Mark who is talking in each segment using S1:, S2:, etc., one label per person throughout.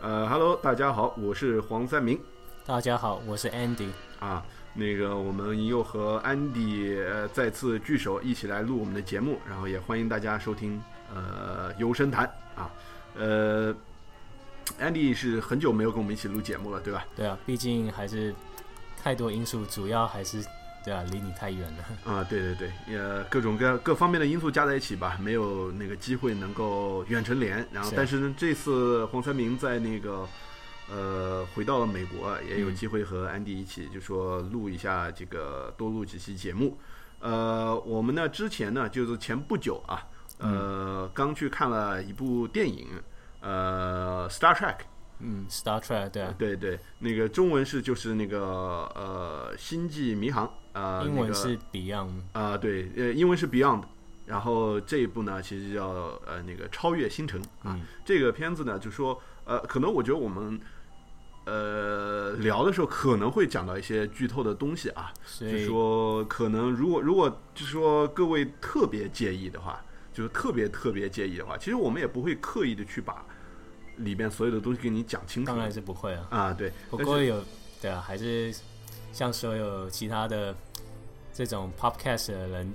S1: 呃，Hello，大家好，我是黄三明
S2: 大家好，我是 Andy。
S1: 啊。那个，我们又和安迪呃再次聚首，一起来录我们的节目，然后也欢迎大家收听呃《游神谈》啊。呃，安迪是很久没有跟我们一起录节目了，对吧？
S2: 对啊，毕竟还是太多因素，主要还是对啊，离你太远了。
S1: 啊，对对对，呃，各种各样各方面的因素加在一起吧，没有那个机会能够远程连。然后，
S2: 是
S1: 但是呢，这次黄三明在那个呃回到了美国，也有
S2: 嗯
S1: 机会和安迪一起就说录一下这个多录几期节目。呃，我们呢之前呢就是前不久啊，呃，
S2: 嗯
S1: 刚去看了一部电影，呃，《Star Trek》。
S2: 嗯，Star Trek 对啊，
S1: 对对，那个中文是就是那个呃《星际迷航》呃，
S2: 英
S1: 那
S2: 文
S1: 个
S2: 是 Beyond。
S1: 啊、对，呃，英文是 Beyond，然后这一部呢，其实叫呃那个超越星辰啊。
S2: 嗯
S1: 这个片子呢，就说呃，可能我觉得我们呃聊的时候可能会讲到一些剧透的东西啊，
S2: 所
S1: 就
S2: 以
S1: 说可能如果如果就说各位特别介意的话，就是特别特别介意的话，其实我们也不会刻意的去把里边所有的东西给你讲清楚
S2: 当然是不会啊。
S1: 啊，对，
S2: 不
S1: 但是
S2: 过有对啊，还是像所有其他的这种 Podcast 的人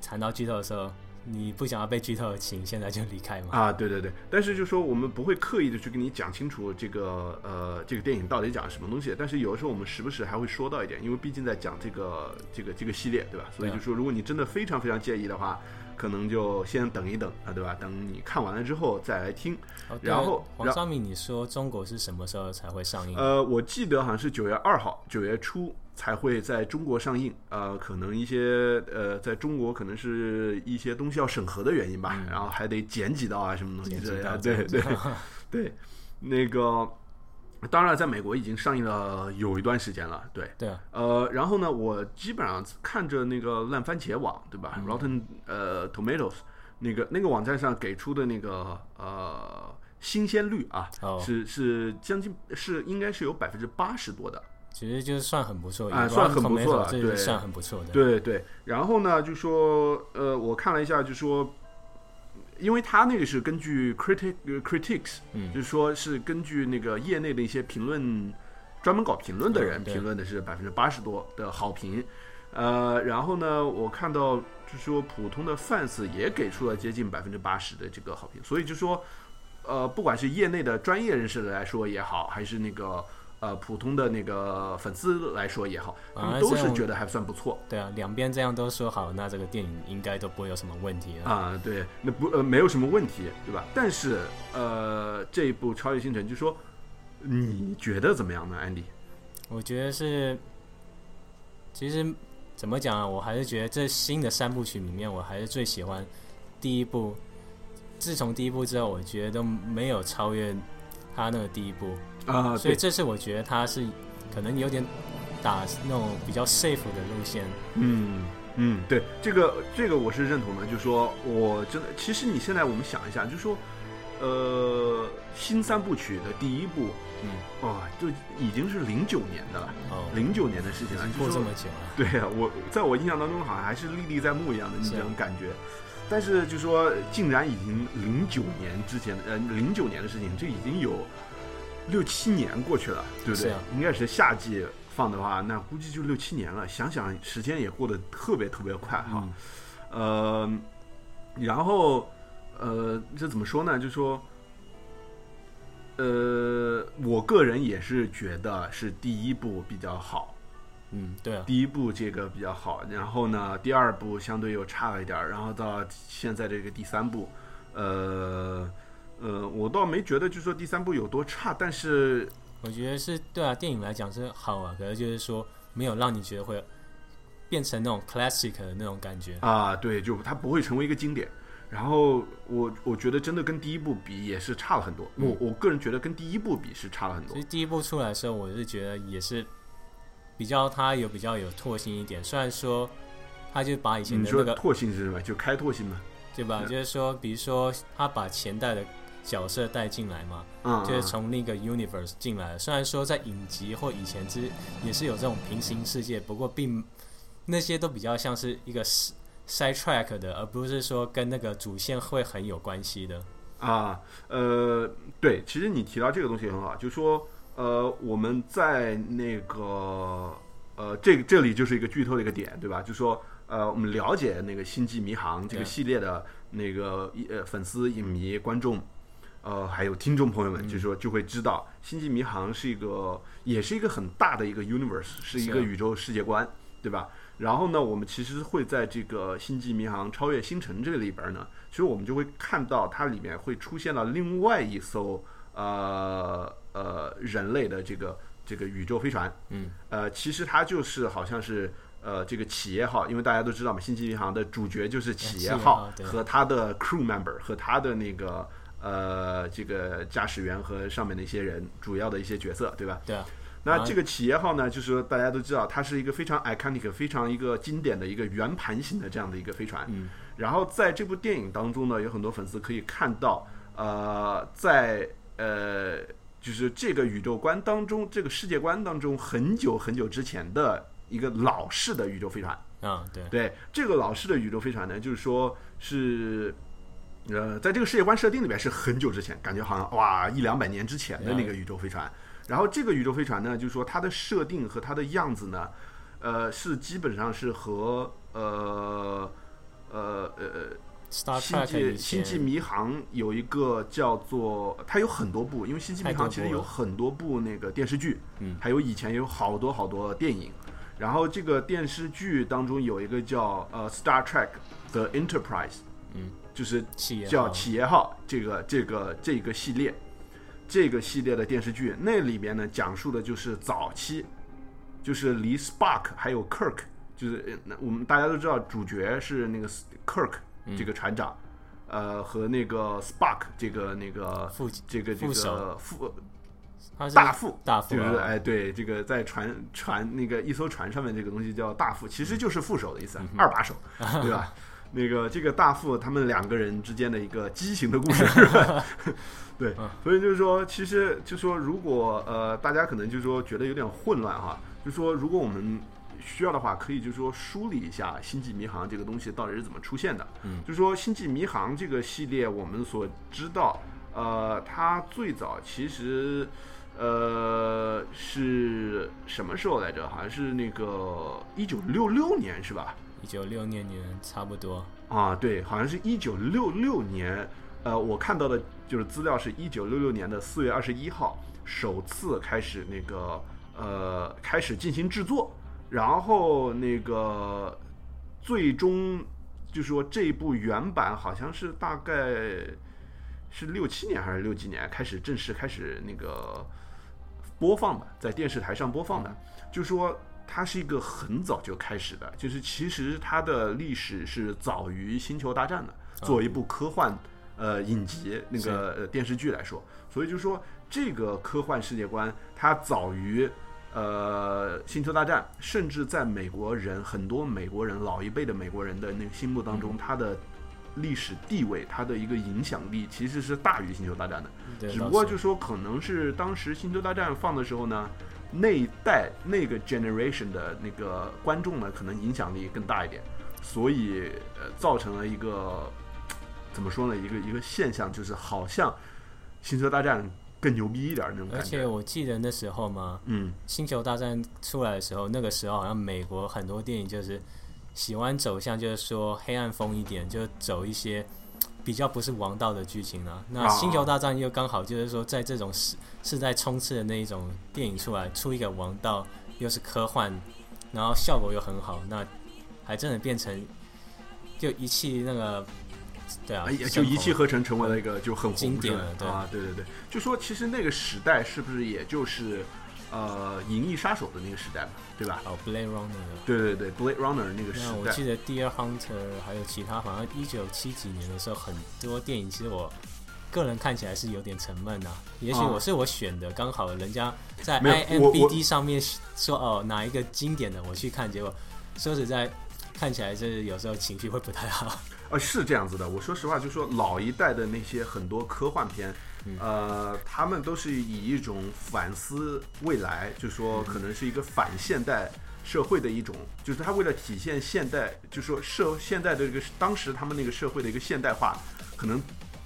S2: 谈到剧透的时候，你不想要被剧透，请现在就离开嘛。
S1: 啊，对对对，但是就说我们不会刻意的去跟你讲清楚这个呃这个电影到底讲什么东西，但是有的时候我们时不时还会说到一点，因为毕竟在讲这个这个这个系列，对吧？所以
S2: 对啊
S1: 就说如果你真的非常非常介意的话，可能就先等一等啊，对吧？等你看完了之后再来听。
S2: 哦对
S1: 然
S2: 啊
S1: 后
S2: 黄
S1: 然
S2: 尚敏，你说中国是什么时候才会上映？
S1: 呃，我记得好像是九月二号，九月初才会在中国上映。呃，可能一些呃，在中国可能是一些东西要审核的原因吧，然后还得剪几刀啊，什么东西
S2: 剪
S1: 之类
S2: 辑
S1: 的。
S2: 到
S1: 对对对，那个当然在美国已经上映了有一段时间了，对。
S2: 对啊，
S1: 呃，然后呢，我基本上看着那个烂番茄网，对吧、r o t t e n 呃 Tomatoes 那个那个网站上给出的那个呃新鲜率啊，
S2: 哦
S1: 是是将近是应该是有百分之八十多的，
S2: 其实就是算很不错，
S1: 啊
S2: 以
S1: 算
S2: Rotten
S1: 很不错了
S2: Tomatoes 这
S1: 对
S2: 是算很不错的。
S1: 对对，然后呢，就说呃，我看了一下，就说，因为他那个是根据 critic 呃 critics，
S2: 嗯
S1: 就是说是根据那个业内的一些评论，专门搞评论的人
S2: 嗯对
S1: 评论的是百分之八十多的好评，呃，然后呢，我看到就说普通的 fans 也给出了接近百分之八十的这个好评，所以就说，呃，不管是业内的专业人士来说也好，还是那个。呃，普通的那个粉丝来说也好，他
S2: 啊
S1: 们都
S2: 这
S1: 是
S2: 样
S1: 觉得还算不错。
S2: 对啊，两边这样都说好，那这个电影应该都不会有什么问题了。
S1: 啊，对，那不呃没有什么问题，对吧？但是呃，这一部《超越星辰》，就说你觉得怎么样呢，安迪？
S2: 我觉得是，其实怎么讲啊，我还是觉得这新的三部曲里面，我还是最喜欢第一部。自从第一部之后，我觉得都没有超越他那个第一部，
S1: 啊
S2: 所以这次我觉得他是可能有点打那种比较 safe 的路线。
S1: 嗯嗯，对，这个这个我是认同的，就说我真的，其实你现在我们想一下，就说呃，新三部曲的第一部
S2: 嗯，
S1: 啊，就已经是零九年的了，
S2: 哦，
S1: 零九年的事情了，就
S2: 过
S1: 说
S2: 这么久了，
S1: 对啊，我在我印象当中好像还是历历在目一样的那
S2: 是啊
S1: 种感觉，但是就说竟然已经零九年之前的，呃，零九年的事情，这已经有六七年过去了，对不
S2: 是
S1: 对？
S2: 啊
S1: 应该是夏季放的话，那估计就六七年了。想想时间也过得特别特别快哈，
S2: 嗯
S1: 呃，然后呃，这怎么说呢？就说。呃，我个人也是觉得是第一部比较好，
S2: 嗯，对啊，
S1: 第一部这个比较好，然后呢，第二部相对又差了一点儿，然后到现在这个第三部，呃呃，我倒没觉得就说第三部有多差，但是
S2: 我觉得是对啊，电影来讲是好啊，可是就是说没有让你觉得会变成那种 classic 的那种感觉。
S1: 啊，对，就它不会成为一个经典。然后我我觉得真的跟第一部比也是差了很多，我我个人觉得跟第一部比是差了很多
S2: 嗯其实。第一部出来的时候，我是觉得也是比较它有比较有拓新一点，虽然说它就把以前
S1: 你
S2: 的那
S1: 说
S2: 个
S1: 拓性是什么？就开拓性嘛？
S2: 对吧？
S1: 嗯
S2: 就是说，比如说他把前代的角色带进来嘛，
S1: 嗯，
S2: 就是从另一个 universe 进来的。虽然说在影集或以前之也是有这种平行世界，不过并那些都比较像是一个 s- side track 的，而不是说跟那个主线会很有关系的。
S1: 啊，呃，对，其实你提到这个东西很好，就说呃，我们在那个呃，这个这里就是一个剧透的一个点，对吧？就说呃，我们了解那个《星际迷航》这个
S2: 对
S1: 系列的那个呃粉丝、影迷、观众。呃，还有听众朋友们，
S2: 嗯
S1: 就说就会知道，《星际迷航》是一个，也是一个很大的一个 universe，是一
S2: 是
S1: 个宇宙世界观，对吧？然后呢，我们其实会在这个《星际迷航：超越星辰》这个里边呢，其实我们就会看到它里面会出现了另外一艘呃呃人类的这个这个宇宙飞船。
S2: 嗯，
S1: 呃，其实它就是好像是呃这个企业号，因为大家都知道嘛，《星际迷航》的主角就是啊企业号
S2: 企业号对
S1: 和他的 crew member 和他的那个呃这个驾驶员和上面的一些人主要的一些角色，对吧？
S2: 对啊，
S1: 那这个企业号呢，就是说大家都知道，它是一个非常 iconic、非常一个经典的一个圆盘型的这样的一个飞船。
S2: 嗯，
S1: 然后在这部电影当中呢，有很多粉丝可以看到，呃，在呃，就是这个宇宙观当中，这个世界观当中，很久很久之前的一个老式的宇宙飞船。
S2: 啊，对，
S1: 对，这个老式的宇宙飞船呢，就是说是，呃，在这个世界观设定里面是很久之前，感觉好像哇一两百年之前的那个宇宙飞船。然后这个宇宙飞船呢，就是说它的设定和它的样子呢，呃，是基本上是和呃呃呃呃
S2: Star
S1: 星
S2: Trek
S1: 际
S2: 以
S1: 星际
S2: 前
S1: 迷航有一个叫做，它有很多部，因为星际迷
S2: 太多
S1: 航
S2: 部
S1: 其实有
S2: 了
S1: 很多部那个电视剧，
S2: 嗯，
S1: 还有以前有好多好多电影。然后这个电视剧当中有一个叫呃《Star Trek》的 Enterprise，
S2: 嗯，
S1: 就是
S2: 企业
S1: 叫
S2: 号
S1: 《企业号》这个这个这个系列，这个系列的电视剧，那里面呢讲述的就是早期，就是离 Spark 还有 Kirk，就是呃那我们大家都知道主角是那个 S- Kirk
S2: 嗯
S1: 这个船长，呃和那个 Spark 这个那个
S2: 副
S1: 这个这
S2: 副手
S1: 个副
S2: 他是
S1: 大副
S2: 大副
S1: 就是
S2: 啊
S1: 哎，对，这个在船船那个一艘船上面这个东西叫大副，其实就是副手的意
S2: 嗯
S1: 思，啊二把 手，对吧？那个这个大副他们两个人之间的一个畸形的故 事，是吧 对，
S2: 嗯
S1: 所以就是说，其实就说如果呃大家可能就是说觉得有点混乱哈，就说如果我们需要的话，可以就是说梳理一下《星际迷航》这个东西到底是怎么出现的。嗯，就说《星际迷航》这个系列，我们所知道，呃，它最早其实。呃，是什么时候来着？好像是那个一九六六年是吧？
S2: 一九六六年差不多，
S1: 啊，对，好像是一九六六年。呃，我看到的就是资料是一九六六年的四月二十一号，首次开始那个呃开始进行制作，然后那个最终就说这部原版好像是大概是六七年还是六几年开始正式开始那个播放的，在电视台上播放的，就说它是一个很早就开始的，就是其实它的历史是早于《星球大战》的，作为一部科幻呃影集那个呃电视剧来说，所以就说这个科幻世界观它早于。呃，《星球大战》甚至在美国人很多美国人老一辈的美国人的那个心目当中，它的历史地位，它的一个影响力其实是大于《星球大战》的。
S2: 对，
S1: 只
S2: 到
S1: 不过
S2: 时
S1: 就说可能是当时《星球大战》放的时候呢，那一代那个 generation 的那个观众呢，可能影响力更大一点，所以呃，造成了一个怎么说呢，一个一个现象，就是好像《星球大战》更牛逼一点儿那种
S2: 候
S1: 感
S2: 而且
S1: 觉。
S2: 我记得那时候嘛，
S1: 嗯，
S2: 《星球大战》出来的时候，那个时候好像美国很多电影就是喜欢走向，就是说黑暗风一点，就走一些比较不是王道的剧情啊。那
S1: 啊
S2: 《星球大战》又刚好就是说在这种是是在冲刺的那一种电影出来，出一个王道又是科幻，然后效果又很好，那还真的变成就一气那个对啊
S1: 哎，呀，就一气
S2: 生
S1: 呵成成为了一个就很
S2: 经
S1: 红
S2: 典
S1: 是吧
S2: 了对
S1: 啊，对对对，就说其实那个时代是不是也就是呃《银翼杀手》的那个时代嘛，对吧？
S2: 红哦，Blade Runner
S1: 对对对，Blade Runner 那个时
S2: 那我
S1: 代，
S2: 记得《Dear Hunter》还有其他，好像一九七几年的时候，很多电影其实我个人看起来是有点沉闷啊。也许
S1: 啊
S2: 我是我选的，刚好人家在
S1: 没有我我
S2: IMBD 上面说哦哪一个经典的，我去看，结果说实在，看起来是有时候情绪会不太好。
S1: 呃，是这样子的。我说实话，就说老一代的那些很多科幻片，呃，他们都是以一种反思未来，就说可能是一个反现代社会的一种，就是他为了体现现代，就说社现代的这个当时他们那个社会的一个现代化，可能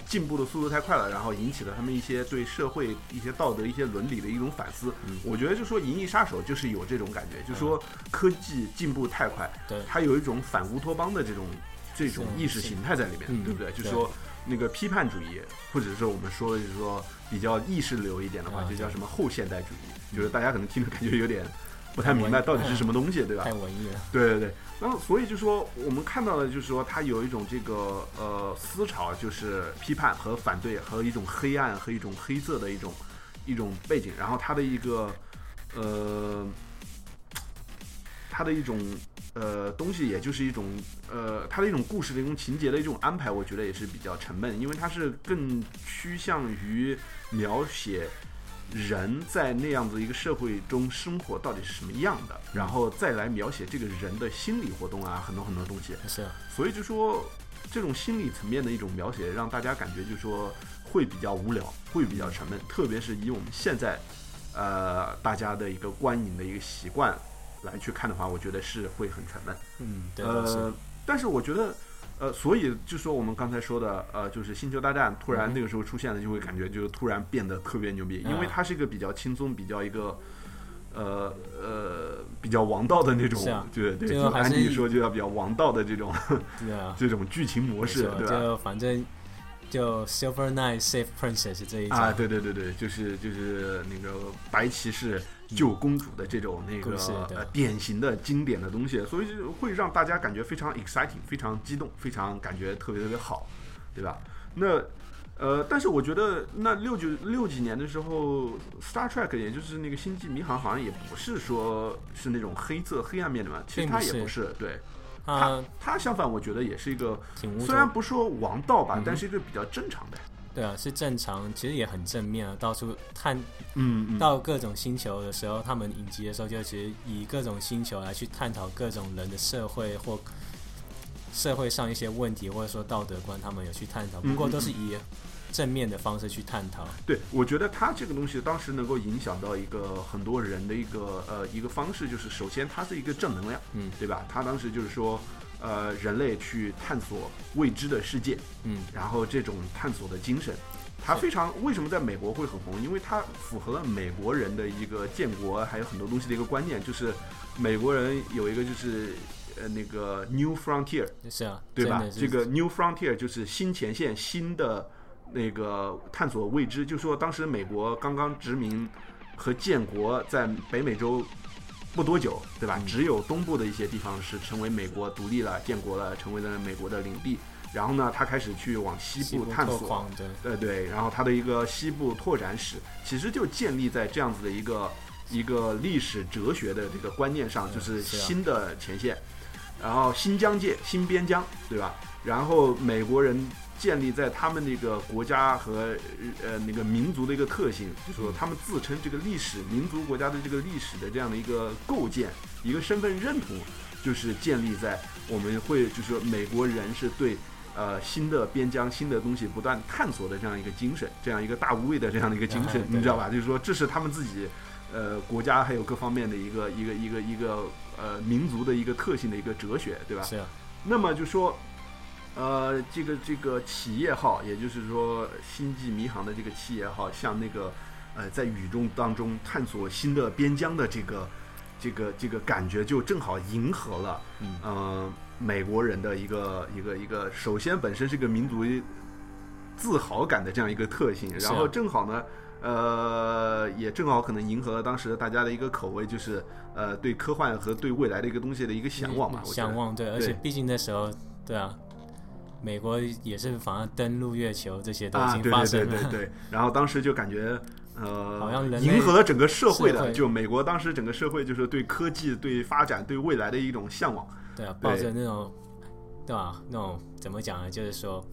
S1: 进步的速度太快了，然后引起了他们一些对社会一些道德、一些伦理的一种反思。我觉得就说《银翼杀手》就是有这种感觉，就说科技进步太快，
S2: 对
S1: 它有一种反乌托邦的这种这种
S2: 是
S1: 意识形态在里面，
S2: 嗯
S1: 对不对？就
S2: 对
S1: 说那个批判主义，或者是我们说的就是说比较意识流一点的话，
S2: 啊
S1: 就叫
S2: 对
S1: 什么后现代主义，就是大家可能听着感觉有点不太明白
S2: 太
S1: 到
S2: 文哎
S1: 底是什么东西，对吧
S2: 太？文艺了，
S1: 对对对。然后所以就说我们看到的就是说它有一种这个呃思潮，就是批判和反对和一种黑暗和一种黑色的一种一种背景，然后它的一个呃它的一种。呃，东西也就是一种，呃，它的一种故事的一种情节的一种安排，我觉得也是比较沉闷，因为它是更趋向于描写人在那样子一个社会中生活到底是什么样的，然后再来描写这个人的心理活动啊，很多很多东西。
S2: 是啊
S1: 所以就说这种心理层面的一种描写，让大家感觉就说会比较无聊，会比较沉闷，特别是以我们现在呃大家的一个观影的一个习惯来去看的话，我觉得是会很沉闷。
S2: 嗯，对，
S1: 呃
S2: 是，
S1: 但是我觉得，呃，所以就说我们刚才说的，呃，就是《星球大战》突然那个时候出现了，就会感觉就是突然变得特别牛逼，因为
S2: 嗯
S1: 它是一个比较轻松、比较一个。呃呃，比较王道的那种，
S2: 是啊
S1: 对对，
S2: 这个
S1: 就
S2: 还
S1: 安
S2: 是
S1: 迪
S2: 一
S1: 说就要比较王道的这种
S2: 对啊，
S1: 这种剧情模式
S2: 没，错
S1: 对啊吧？
S2: 就反正就 Silver Knight Save Princess 这一种
S1: 啊，对对对对，就是就是那个白骑士救公主的这种那个
S2: 故事嗯对
S1: 呃典型的经典的东西，所以就会让大家感觉非常 exciting，非常激动，非常感觉特别特别好，对吧？那呃，但是我觉得那六九六几年的时候，Star Trek 也就是那个星际迷航，好像也不是说是那种黑色黑暗面的嘛，其实
S2: 并
S1: 它
S2: 不
S1: 也
S2: 是
S1: 不是，对它
S2: 啊，
S1: 它相反，我觉得也是一个
S2: 挺污
S1: 虽然
S2: 浊，
S1: 不说王道吧
S2: 嗯，
S1: 但是一个比较正常的，
S2: 对啊，是正常，其实也很正面啊，到处探
S1: 嗯嗯，
S2: 到各种星球的时候，他们影集的时候就其实以各种星球来去探讨各种人的社会或社会上一些问题，或者说道德观，他们有去探讨，
S1: 嗯
S2: 不过都是以正面的方式去探讨。
S1: 对，我觉得它这个东西当时能够影响到一个很多人的一个呃一个方式，就是首先它是一个正能量，
S2: 嗯
S1: 对吧？它当时就是说，呃，人类去探索未知的世界，
S2: 嗯，
S1: 然后这种探索的精神，它
S2: 是
S1: 非常为什么在美国会很红？因为它符合了美国人的一个建国还有很多东西的一个观念，就是美国人有一个就是呃那个 New Frontier，
S2: 是啊，
S1: 对吧
S2: 真的？是
S1: 这个 New Frontier 就是新前线、新的那个探索未知。就说当时美国刚刚殖民和建国在北美洲不多久，对
S2: 嗯
S1: 吧？只有东部的一些地方是成为美国独立了、建国了，成为了美国的领地。然后呢，他开始去往西
S2: 西部
S1: 探
S2: 拓
S1: 索，
S2: 荒，对，
S1: 对呃对，然后它的一个西部拓展史，其实就建立在这样子的一个一个历史哲学的这个观念上，就是
S2: 是啊
S1: 新的前线，然后新疆界、新边疆，对吧？然后美国人建立在他们那个国家和呃那个民族的一个特性，就说他们自称这个历史民族国家的这个历史的这样的一个构建，一个身份认同，就是建立在我们会就是说美国人是对呃新的边疆、新的东西不断探索的这样一个精神，这样一个大无畏的这样的一个精神，
S2: 啊对
S1: 你知道吧？就是说这是他们自己呃国家还有各方面的一个一个一个一个呃民族的一个特性的一个哲学，对吧？
S2: 是啊，
S1: 那么就说，呃，这个这个企业号，也就是说《星际迷航》的这个企业号，像那个呃，在宇宙当中探索新的边疆的这个这个这个感觉，就正好迎合了
S2: 嗯，
S1: 呃美国人的一个一个一个，首先本身是个民族自豪感的这样一个特性，
S2: 是啊
S1: 然后正好呢。呃，也正好可能迎合了当时大家的一个口味，就是呃对科幻和对未来的一个东西的一个向往嘛。我觉得
S2: 向往，对，而且毕竟那时候，对啊，美国也是反而登陆月球这些都已
S1: 啊，
S2: 经
S1: 对
S2: 发
S1: 对
S2: 生
S1: 对
S2: 了，
S1: 对 对。然后当时就感觉，呃，
S2: 好像人类
S1: 迎合了整个社会的，
S2: 社会
S1: 就美国当时整个社会就是对科技、对发展、对未来的一种向往。
S2: 对啊，抱
S1: 对
S2: 着那种，对吧、那种怎么讲呢？就是说，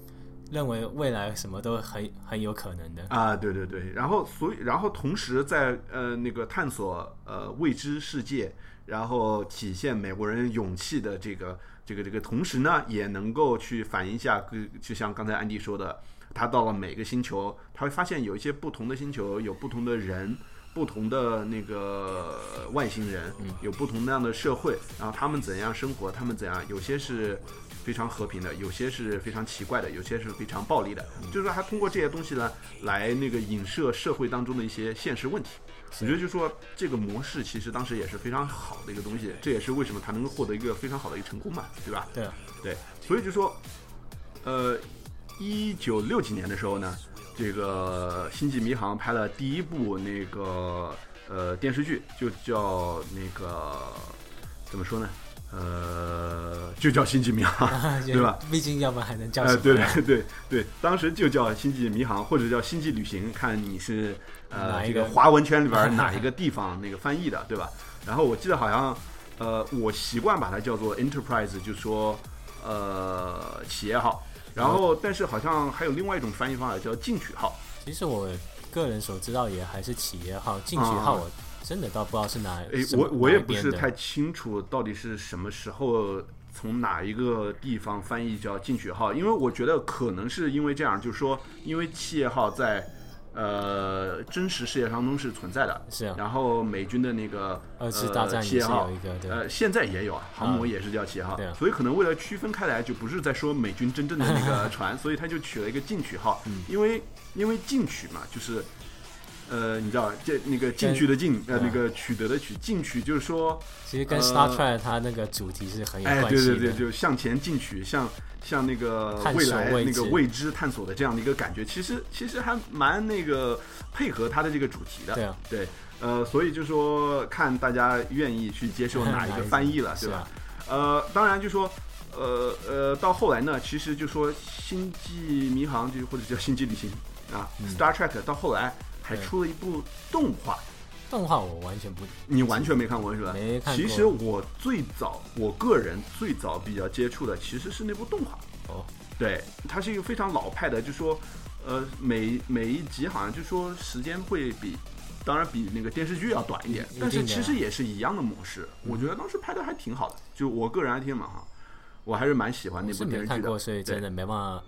S2: 认为未来什么都很很有可能的。
S1: 啊，对对对，然后所以然后同时在呃那个探索呃未知世界，然后体现美国人勇气的这个这个这个，同时呢也能够去反映一下，呃就像刚才安迪说的，他到了每个星球，他会发现有一些不同的星球有不同的人。不同的那个呃外星人，有不同那样的社会，然后他们怎样生活，他们怎样，有些是非常和平的，有些是非常奇怪的，有些是非常暴力的，就是说他通过这些东西呢，来那个影射社会当中的一些现实问题。我觉得就说这个模式其实当时也是非常好的一个东西，这也是为什么他能够获得一个非常好的一个成功嘛，对吧？
S2: 对啊，，
S1: 对，所以就说，呃，一九六几年的时候呢，这个《星际迷航》拍了第一部那个呃电视剧，就叫那个怎么说呢？呃，就叫《星际迷航》对吧？
S2: 毕竟要不然还能叫什
S1: 呃，
S2: 么？
S1: 对对对对，当时就叫《星际迷航》或者叫《星际旅行》，看你是呃
S2: 哪
S1: 这
S2: 一
S1: 个
S2: 个
S1: 华文圈里 边儿哪一个地方那个翻译的，对吧？然后我记得好像呃，我习惯把它叫做 Enterprise，就说呃企业号。然后，但是好像还有另外一种翻译方法叫进取号。
S2: 其实我个人所知道也还是企业号、进取号，我真的倒不知道是哪。
S1: 诶，
S2: 什么
S1: 哎我我也
S2: 哪一
S1: 不
S2: 边
S1: 是
S2: 的
S1: 太清楚到底是什么时候从哪一个地方翻译叫进取号，因为我觉得可能是因为这样，就是说，因为企业号在呃真实世界当中是存在的，
S2: 是啊，
S1: 然后美军的那个
S2: 二次大
S1: 呃
S2: 战
S1: 企
S2: 也
S1: 业
S2: 是
S1: 号
S2: 有一个对，嗯
S1: 呃，现在也有啊，航母也是叫旗号，
S2: 对啊
S1: 所以可能为了区分开来，就不是在说美军真正的那 个船，所以他就取了一个进取号，
S2: 嗯
S1: 因为因为进取嘛，就是呃，你知道这那个进去的进，呃，
S2: 对
S1: 那个取得的取，进取就是说，
S2: 其实跟
S1: 呃
S2: Star Trek 它那个主题是很有
S1: 哎，
S2: 关
S1: 对
S2: 系
S1: 对对，
S2: 的。
S1: 就向前进取，向向那个
S2: 探
S1: 未
S2: 索
S1: 来
S2: 未
S1: 那个
S2: 知
S1: 未知探索的这样的一个感觉，其实其实还蛮那个配合他的这个主题的，
S2: 对啊，
S1: 对，呃，所以就说看大家愿意去接受哪一
S2: 哪
S1: 个
S2: 一
S1: 翻译了，对
S2: 是
S1: 吧
S2: 啊？，
S1: 呃，当然就说，呃呃，到后来呢，其实就说《星际迷航》就或者叫《星际旅行》啊，Star Trek》到后来还
S2: 嗯对
S1: 出了一部动画，
S2: 动画我完全不
S1: 你完全没看过是吧？
S2: 没看过
S1: 其实我最早，我个人最早比较接触的其实是那部动画。
S2: 哦，
S1: 对，它是一个非常老派的，就说，呃，每每一集好像就说时间会比，当然比那个电视剧要短一点
S2: 一定，
S1: 但是
S2: 的
S1: 其实也是一样的模式。我觉得当时拍的还挺好的，就我个人还挺满哈，我还是蛮喜欢那
S2: 我
S1: 部
S2: 是
S1: 电
S2: 没
S1: 视
S2: 看
S1: 剧的
S2: 过，。所以真的没办法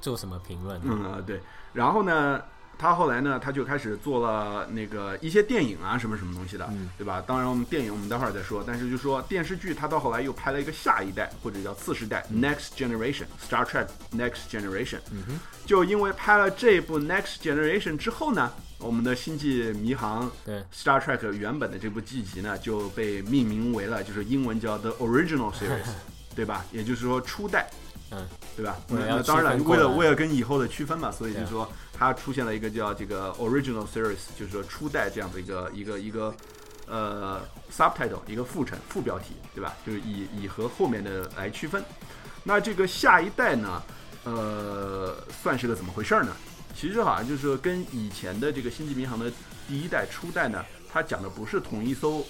S2: 做什么评论。
S1: 嗯，呃对。然后呢，他后来呢，他就开始做了那个一些电影啊，什么什么东西的，对吧？当然，我们电影我们待会儿再说。但是就说电视剧，他到后来又拍了一个下一代或者叫次世代 （Next Generation） Star Trek Next Generation。就因为拍了这部 Next Generation 之后呢，我们的星际迷航。
S2: 对，
S1: Star Trek 原本的这部剧集呢，就被命名为了，就是英文叫 The Original Series，对吧？也就是说初代，
S2: 嗯，
S1: 对吧？
S2: 我
S1: 那
S2: 们要
S1: 那当然
S2: 区
S1: 了，
S2: 分过
S1: 为了
S2: 来
S1: 为了跟以后的区分嘛，所以就
S2: 对啊
S1: 说它出现了一个叫这个 original series，就是说初代这样的一个一个一个呃 subtitle 一个副称副标题，对吧？就是以以和后面的来区分。那这个下一代呢，呃，算是个怎么回事儿呢？其实好像就是说跟以前的这个星际迷航的第一代初代呢，它讲的不是同一艘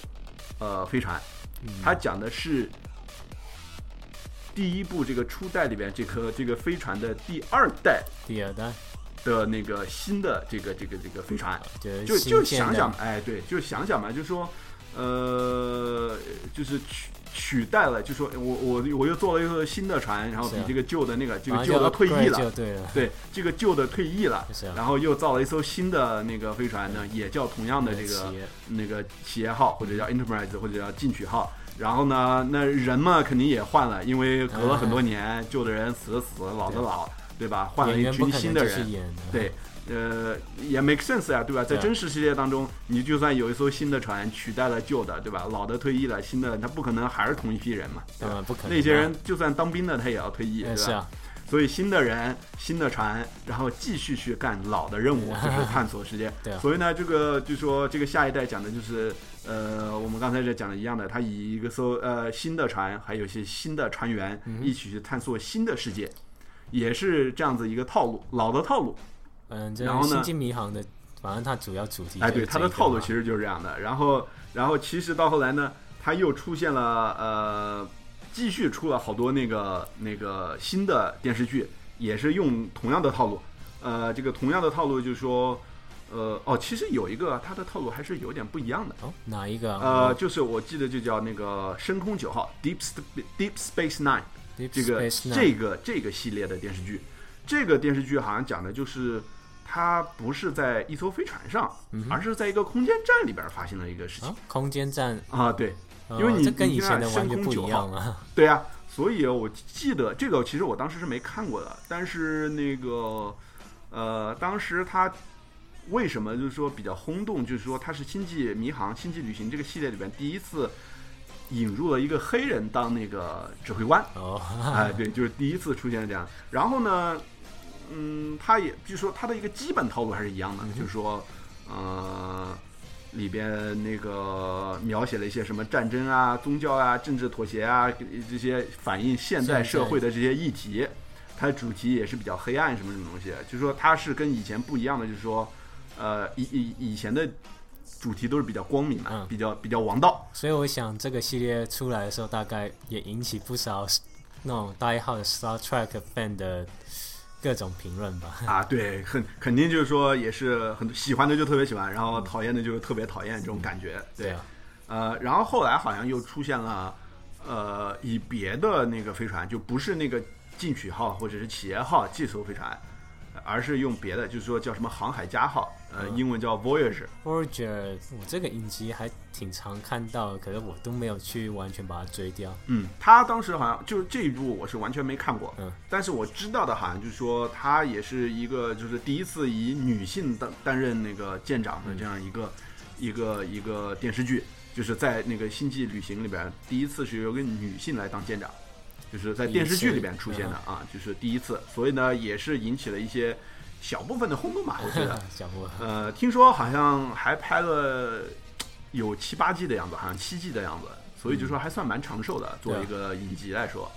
S1: 呃飞船，
S2: 嗯
S1: 它讲的是第一部这个初代里边这颗这个飞船的第二代
S2: 第二代
S1: 的那个新的这个这个这个飞船，
S2: 就是
S1: 就就
S2: 新建
S1: 想
S2: 的
S1: 想，哎，对，就想想嘛，就说，呃，就是取取代了，就说我我我又做了一个新的船，然后比
S2: 是啊
S1: 这个旧的那个这个
S2: 反
S1: 旧
S2: 正
S1: 的
S2: 就
S1: 退役
S2: upgrade
S1: 了
S2: 就，对了，
S1: 对，这个旧的退役了
S2: 就是啊，
S1: 然后又造了一艘新的那个飞船呢，也叫同样的这个
S2: 企业
S1: 那个企业号或者叫 Enterprise 或者叫进取号。然后呢，那人嘛肯定也换了，因为隔了很多年，旧的人死的死，老的老，对吧？换了
S2: 演
S1: 一
S2: 员不
S1: 群
S2: 可能
S1: 新的
S2: 就
S1: 人
S2: 是，演的，
S1: 对，呃，也 make sense 啊，对吧？在
S2: 对啊
S1: 真实世界当中，你就算有一艘新的船取代了旧的，对吧？老的退役了，新的他不可能还是同一批人嘛，对
S2: 当
S1: 吧？
S2: 然不可能啊。
S1: 那些人就算当兵的，他也要退役，对
S2: 嗯，是
S1: 吧？
S2: 啊，
S1: 所以新的人、新的船，然后继续去干老的任 务，就是探索世界。
S2: 对啊
S1: 所以呢，这个就说这个下一代讲的就是，呃，我们刚才在讲的一样的，他以一个艘呃新的船，还有一些新的船员、
S2: 嗯
S1: 一起去探索新的世界，也是这样子一个套路，老的套路。
S2: 嗯，这
S1: 然后呢
S2: 星际迷航的，反正它主要主题
S1: 哎，
S2: 就是
S1: 对，
S2: 这
S1: 他的
S2: 一个啊
S1: 套路
S2: 嘛
S1: 其实就是这样的。然后，然后其实到后来呢，他又出现了呃，继续出了好多那个那个新的电视剧，也是用同样的套路，呃，这个同样的套路就是说，呃，哦，其实有一个它的套路还是有点不一样的，
S2: 哦，哪一个啊？
S1: 呃，就是我记得就叫那个《深空九号》（Deep Sp- Deep Space Nine）
S2: Deep
S1: 这个
S2: Space Nine
S1: 这个这个系列的电视剧，这个电视剧好像讲的就是。它不是在一艘飞船上，
S2: 嗯
S1: 而是在一个空间站里边发生了一个事情
S2: 啊，空间站，
S1: 啊！对，
S2: 哦
S1: 因为你
S2: 这跟
S1: 你
S2: 以
S1: 看
S2: 前的
S1: 深
S2: 完全
S1: 空
S2: 不
S1: 九
S2: 一样啊。
S1: 对呀、所以我记得这个，其实我当时是没看过的，但是那个，呃，当时它为什么就是说比较轰动，就是说它是《星际迷航》《星际旅行》这个系列里边第一次引入了一个黑人当那个指挥官，
S2: 哦，
S1: 哎，对，就是第一次出现这样。然后呢，嗯，他也据说他的一个基本套路还是一样的，就是说，呃，里边那个描写了一些什么战争啊、宗教啊、政治妥协啊这些反映现代社会的这些议题，它的主题也是比较黑暗什么什么东西。就是说，它是跟以前不一样的，就是说，呃，以以以前的主题都是比较光明的，
S2: 嗯
S1: 比较比较王道。
S2: 所以我想这个系列出来的时候，大概也引起不少那种大一号的 Star Trek fan 的各种评论吧。
S1: 啊，对，很肯定就是说也是很喜欢的就特别喜欢，然后讨厌的就特别讨厌这种感觉。对，
S2: 啊，
S1: 呃，然后后来好像又出现了，呃，以别的那个飞船，就不是那个进取号或者是企业号这艘飞船，而是用别的，就是说叫什么航海家号，呃，英文叫 Voyager。
S2: Voyager，我这个影集还挺常看到的，可是我都没有去完全把它追掉。
S1: 嗯，他当时好像就是这一部我是完全没看过，
S2: 嗯，
S1: 但是我知道的好像就是说他也是一个就是第一次以女性担担任那个舰长的这样一个、一个一个电视剧，就是在那个《星际旅行》里边第一次是由一个女性来当舰长，就是在电视剧里边出现的啊，就是第一次，所以呢也是引起了一些小部分的轰动吧，我觉 得。
S2: 小波，
S1: 呃，听说好像还拍了有七八季的样子，好像七季的样子，所以就说还算蛮长寿的，作为一个影集来说。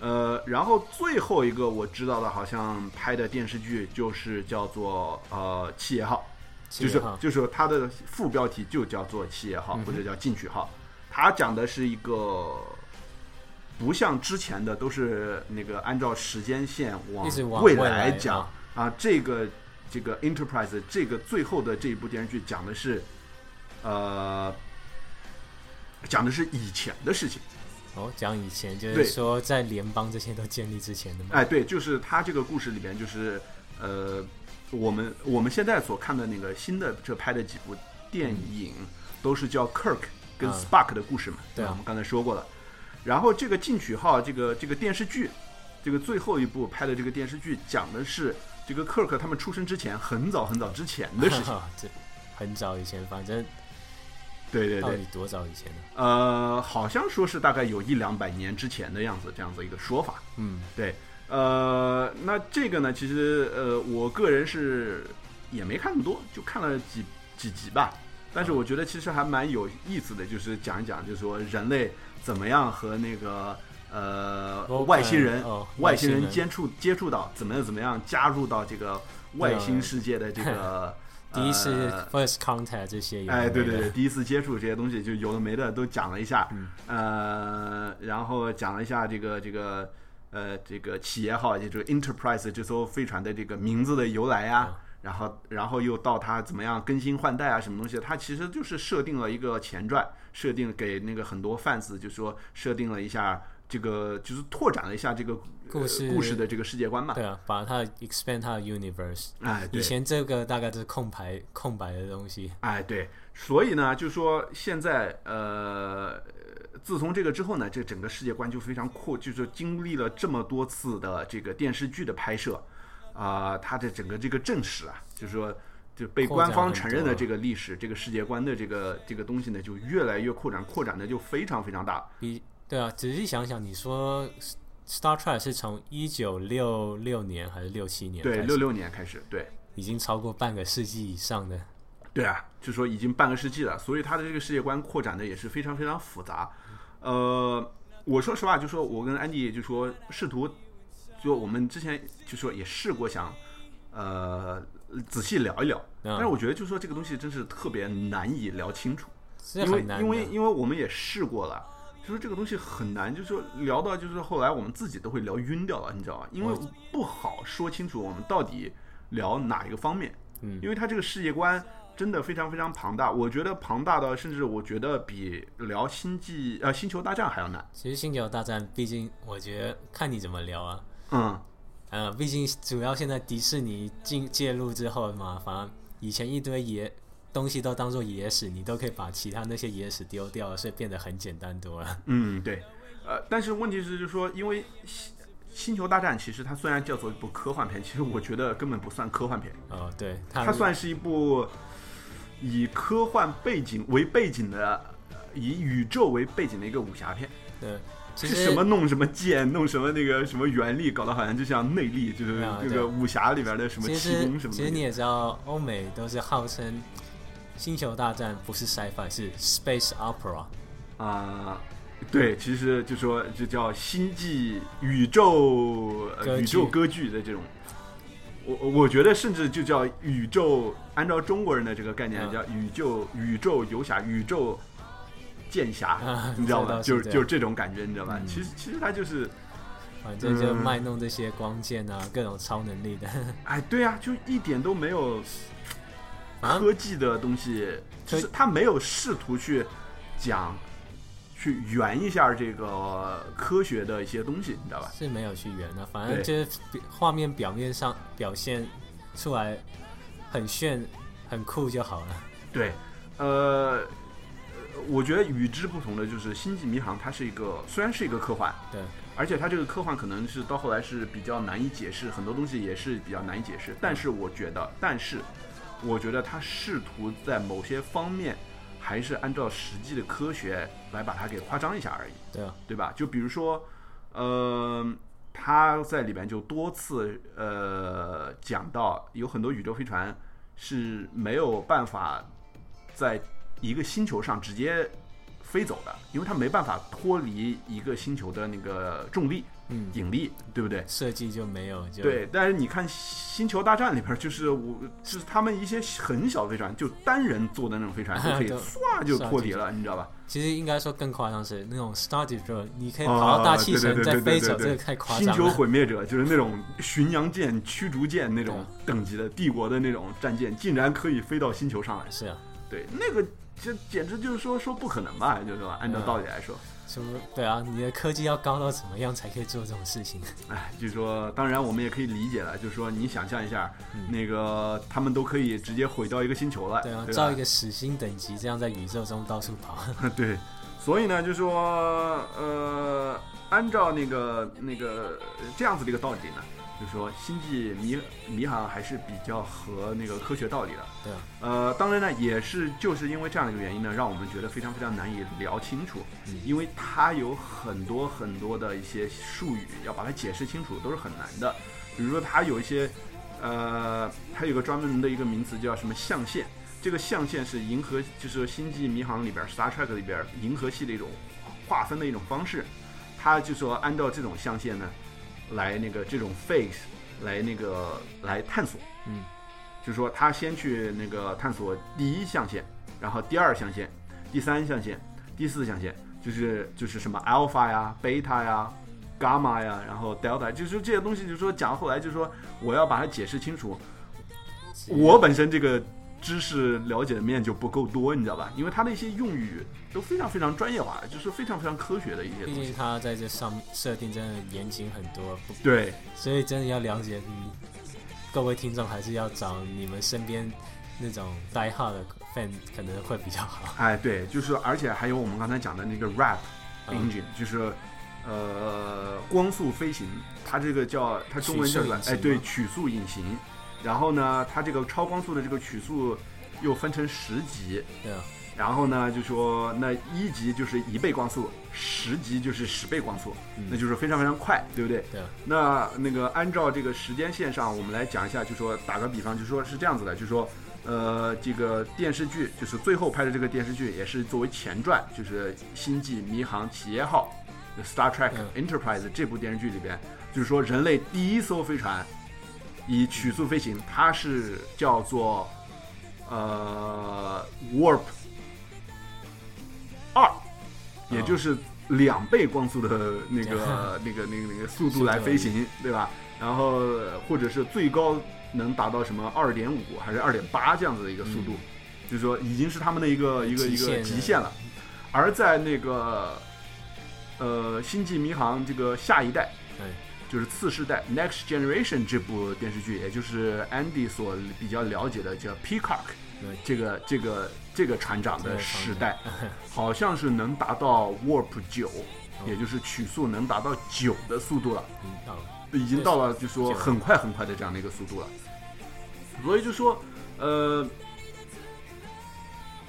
S1: 呃，然后最后一个我知道的，好像拍的电视剧就是叫做呃《七爷号》，就
S2: 七
S1: 是
S2: 号
S1: 就是它的副标题就叫做《七爷号》
S2: 嗯
S1: 或者叫《进取号》，它讲的是一个。不像之前的都是那个按照时间线
S2: 一直往
S1: 未
S2: 未
S1: 来
S2: 来
S1: 讲
S2: 啊
S1: 啊，这个这个 Enterprise 这个最后的这一部电视剧讲的是，呃，讲的是以前的事情。
S2: 哦，讲以前就
S1: 对
S2: 是说在联邦这些都建立之前的嘛。
S1: 哎，对，就是他这个故事里边，就是呃，我们我们现在所看的那个新的这拍的几部电影，都是叫 Kirk 跟
S2: 嗯啊
S1: Spark 的故事嘛，
S2: 对啊
S1: 吧我们刚才说过了。然后这个《进取号》这个这个电视剧，这个最后一部拍的这个电视剧，讲的是这个 Kirk 他们出生之前，很早很早之前的 事情。
S2: 这很早以前，反正
S1: 对对
S2: 到
S1: 对
S2: 底，多早以前呢？
S1: 呃，好像说是大概有一两百年之前的样子，这样子一个说法。
S2: 嗯，
S1: 对，呃，那这个呢，其实呃，我个人是也没看那么多，就看了几几集吧。但是我觉得其实还蛮有意思的，就是讲一讲，就是说人类怎么样和那个呃
S2: Vulcan，
S1: 外星人、
S2: 哦
S1: 外
S2: 外
S1: 星
S2: 星人
S1: 人接触接触到，怎么样怎么样加入到这个外星
S2: 对
S1: 世界的这个
S2: 第一次
S1: 呃
S2: first contact 这些有的没的，
S1: 哎，对对对，第一次接触这些东西，就有的没的都讲了一下，
S2: 嗯
S1: 呃，然后讲了一下这个这个呃这个企业号，也就是 Enterprise 这艘飞船的这个名字的由来
S2: 嗯
S1: 啊，然后然后又到它怎么样更新换代啊，什么东西，它其实就是设定了一个前传，设定给那个很多 fans 就说设定了一下这个，就是拓展了一下这个呃
S2: 故事
S1: 故事的这个世界观嘛，
S2: 对啊，把它 expand 它的 universe。
S1: 哎，对
S2: 以前这个大概就是空白空白的东西，
S1: 哎，对，所以呢，就说现在呃，自从这个之后呢，这整个世界观就非常扩，就是经历了这么多次的这个电视剧的拍摄，啊、它的整个这个正史啊，就是说就被
S2: 扩
S1: 官
S2: 展
S1: 方
S2: 很
S1: 承认的
S2: 多
S1: 这个历史、这个世界观的这个这个东西呢，就越来越扩展，扩展的就非常非常大。
S2: 比对啊，仔细想想，你说 Star Trek 是从一九六六年还是六七年开
S1: 对，
S2: 始？
S1: 六六年开始，对，
S2: 已经超过半个世纪以上的。
S1: 对啊，就说已经半个世纪了，所以他的这个世界观扩展的也是非常非常复杂。呃，我说实话，就说我跟安迪就说试图，就我们之前就说也试过想，呃，仔细聊一聊，
S2: 嗯
S1: 但是我觉得就说这个东西真是特别难以聊清楚，
S2: 是
S1: 因为
S2: 很难的
S1: 因为因为我们也试过了，就是这个东西很难，就是说聊到就是后来我们自己都会聊晕掉了，你知道吗？因为不好说清楚我们到底聊哪一个方面，
S2: 嗯
S1: 因为它这个世界观真的非常非常庞大，我觉得庞大到甚至我觉得比聊星际呃星球大战还要难。
S2: 其实《星球大战》，毕竟我觉得看你怎么聊啊。
S1: 嗯，
S2: 呃，毕竟主要现在迪士尼进介入之后嘛，反而以前一堆野东西都当做野史，你都可以把其他那些野史丢掉了，所以变得很简单多了。
S1: 嗯，对，呃，但是问题是，就是说，因为星星球大战其实它虽然叫做一部科幻片，其实我觉得根本不算科幻片，
S2: 哦，对，
S1: 它算是一部以科幻背景为背景的，以宇宙为背景的一个武侠片。
S2: 对，呃其
S1: 是
S2: 实
S1: 什么弄什么剑，弄什么那个什么原力，搞得好像就像内力，就是
S2: 啊
S1: 那
S2: 对
S1: 个武侠里边的什么
S2: 其
S1: 气
S2: 实
S1: 功什么
S2: 其实你
S1: 的。
S2: 也知道，欧美都是号称《星球大战》不是 sci-fi，是 space opera。
S1: 啊、对，其实就说就叫星际宇宙、呃
S2: 歌剧
S1: 宇宙歌剧的这种。我我觉得甚至就叫宇宙，按照中国人的这个概念、
S2: 嗯
S1: 叫宇宙宇宙游侠、宇宙剑侠，
S2: 啊
S1: 你知道
S2: 这
S1: 吗？
S2: 倒是
S1: 就是
S2: 这
S1: 就
S2: 样
S1: 是这种感觉，你知道吧？
S2: 嗯
S1: 其实其实它就是，
S2: 反正就
S1: 嗯
S2: 卖弄啊这些光剑啊，各种超能力的，
S1: 哎，对啊，就一点都没有
S2: 啊
S1: 科技的东西，就是他没有试图去讲，去圆一下这个科学的一些东西，你知道吧？
S2: 是没有去圆的。反
S1: 对
S2: 正就是比画面表面上表现出来很炫、很酷就好了。
S1: 对，呃，我觉得与之不同的就是《星际迷航》，它是一个虽然是一个科幻，
S2: 对，
S1: 而且它这个科幻可能是到后来是比较难以解释，很多东西也是比较难以解释。但是我觉得，但是我觉得它试图在某些方面还是按照实际的科学来把它给夸张一下而已。
S2: 对啊，
S1: 对吧？就比如说，呃，他在里边就多次呃讲到，有很多宇宙飞船是没有办法在一个星球上直接飞走的，因为它没办法脱离一个星球的那个重力、
S2: 嗯，
S1: 引力，对不对？
S2: 设计就没有就
S1: 对，但是你看《星球大战》里边，就是我就是他们一些很小的飞船，就单人坐的那种飞 船，就可以
S2: 对
S1: 唰就脱离了，你知道吧？
S2: 其实应该说更夸张是那种 Star d e s t r o y 你可以
S1: 啊
S2: 跑到大气
S1: 对
S2: 层
S1: 对对
S2: 再
S1: 对
S2: 飞
S1: 对
S2: 走，
S1: 对
S2: 这
S1: 对
S2: 个太夸
S1: 星
S2: 张
S1: 球
S2: 了。
S1: 毁灭者就是那种巡洋舰、驱逐舰那种等级的帝国的那种战舰，竟然可以飞到星球上来。
S2: 是啊，
S1: 对，那个这简直就是说说不可能吧？就是说
S2: 嗯
S1: 按照道理来说，
S2: 什么对啊，你的科技要高到怎么样才可以做这种事 情？
S1: 哎，就是说，当然我们也可以理解了，就是说你想象一下，
S2: 嗯
S1: 那个他们都可以直接毁掉一个星球了，
S2: 对
S1: 对
S2: 啊，
S1: 吧
S2: 造一个死星等级，这样在宇宙中到处跑。
S1: 对，所以呢，就说呃，按照那个那个呃这样子的一个道理呢，就说星际迷迷航还是比较合那个科学道理的。
S2: 对啊，
S1: 呃，当然呢，也是就是因为这样的一个原因呢，让我们觉得非常非常难以聊清楚，
S2: 嗯
S1: 因为它有很多很多的一些术语，要把它解释清楚都是很难的。比如说，它有一些，呃，它有个专门的一个名词叫什么象限，这个象限是银河，就是《星际迷航》里边《Star Trek》里边银河系的一种划分的一种方式。它就说按照这种象限呢，来那个这种 phase 来那个来探索。
S2: 嗯，
S1: 就是说他先去那个探索第一象限，然后第二象限，第三象限，第四象限，就是就是什么 alpha 呀、beta 呀、gamma 呀，然后 delta，就是这些东西，就是说讲到后来，就是说我要把它解释清楚。我本身这个知识了解的面就不够多，你知道吧？因为它的一些用语都非常非常专业化，就是非常非常科学的一些东
S2: 毕竟
S1: 西。
S2: 他在这上面设定真的严谨很多，不
S1: 对，
S2: 所以真的要了解你各位听众，还是要找你们身边那种 die hard 的 fan 可能会比较好。
S1: 哎，对，就是而且还有我们刚才讲的那个 rap
S2: 嗯
S1: engine，、就是呃光速飞行，它这个叫它中文叫什么
S2: 曲速引？擎
S1: 哎，
S2: 吗
S1: 对，曲速引擎。然后呢，它这个超光速的这个曲速又分成十级，
S2: 对啊，
S1: 然后呢就说那一级就是一倍光速，十级就是十倍光速，
S2: 嗯
S1: 那就是非常非常快，对不对？
S2: 对啊，
S1: 那那个按照这个时间线上，我们来讲一下，就说打个比方，就说是这样子的，就说，呃，这个电视剧就是最后拍的这个电视剧，也是作为前传，就是《星际迷航企业号》The（Star Trek
S2: 嗯
S1: Enterprise） 这部电视剧里边，就是说人类第一艘飞船以曲速飞行，它是叫做呃 Warp 二，也就是两倍光速的那个那个那个那个速度来飞行，对吧？然后或者是最高能达到什么二点五还是二点八这样子的一个速度，就是说已经是他们的一个一个一
S2: 嗯极限
S1: 个
S2: 了
S1: 极限了。而在那个呃《星际迷航》这个下一代，
S2: 对，
S1: 就是次世代 Next Generation 这部电视剧，也就是 Andy 所比较了解的叫 Peacock
S2: 对
S1: 这个这个这个船长
S2: 这
S1: 的
S2: 个船
S1: 时 代，好像是能达到 Warp 九，也
S2: 哦
S1: 就是曲速能达到九的速度了。
S2: 嗯哦，
S1: 已经到了就说很快很快的这样的一个速度了。所以就说，呃，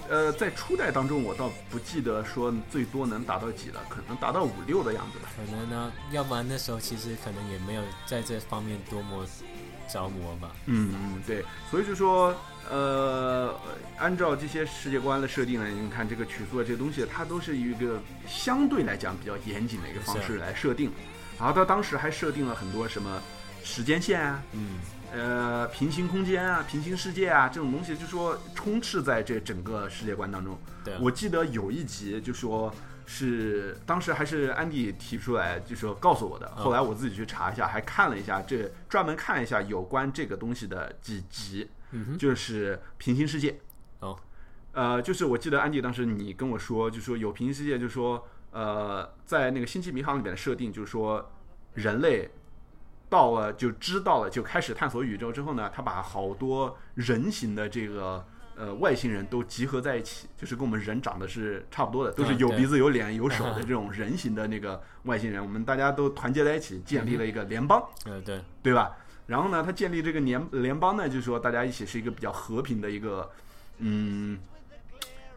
S1: 呃，在初代当中，我倒不记得说最多能达到几了，可能达到五六的样子吧。
S2: 可能呢，要不然那时候其实可能也没有在这方面多么着魔吧。
S1: 嗯嗯，对，所以就说，呃，按照这些世界观的设定呢，你看这个曲速啊这些东西，它都是一个相对来讲比较严谨的一个方式
S2: 是
S1: 来设定。然后他当时还设定了很多什么时间线啊，
S2: 嗯，
S1: 呃，平行空间啊、平行世界啊这种东西，就说充斥在这整个世界观当中。
S2: 对啊，
S1: 我记得有一集就说是当时还是安迪提出来，就说告诉我的。后来我自己去查一下，还看了一下这专门看了一下有关这个东西的几集，
S2: 嗯哼，
S1: 就是平行世界。
S2: 哦，
S1: 呃，就是我记得安迪当时你跟我说，就说有平行世界，就说呃，在那个《星际迷航》里面的设定，就是说人类到了就知道了，就开始探索宇宙之后呢，他把好多人形的这个呃外星人都集合在一起，就是跟我们人长得是差不多的，都是
S2: 嗯
S1: 有
S2: 对
S1: 鼻子有脸有手 的这种人形的那个外星人，我们大家都团结在一起，建立了一个联邦。
S2: 呃，对，
S1: 对吧？然后呢，他建立这个联联邦呢，就是说大家一起是一个比较和平的一个，嗯，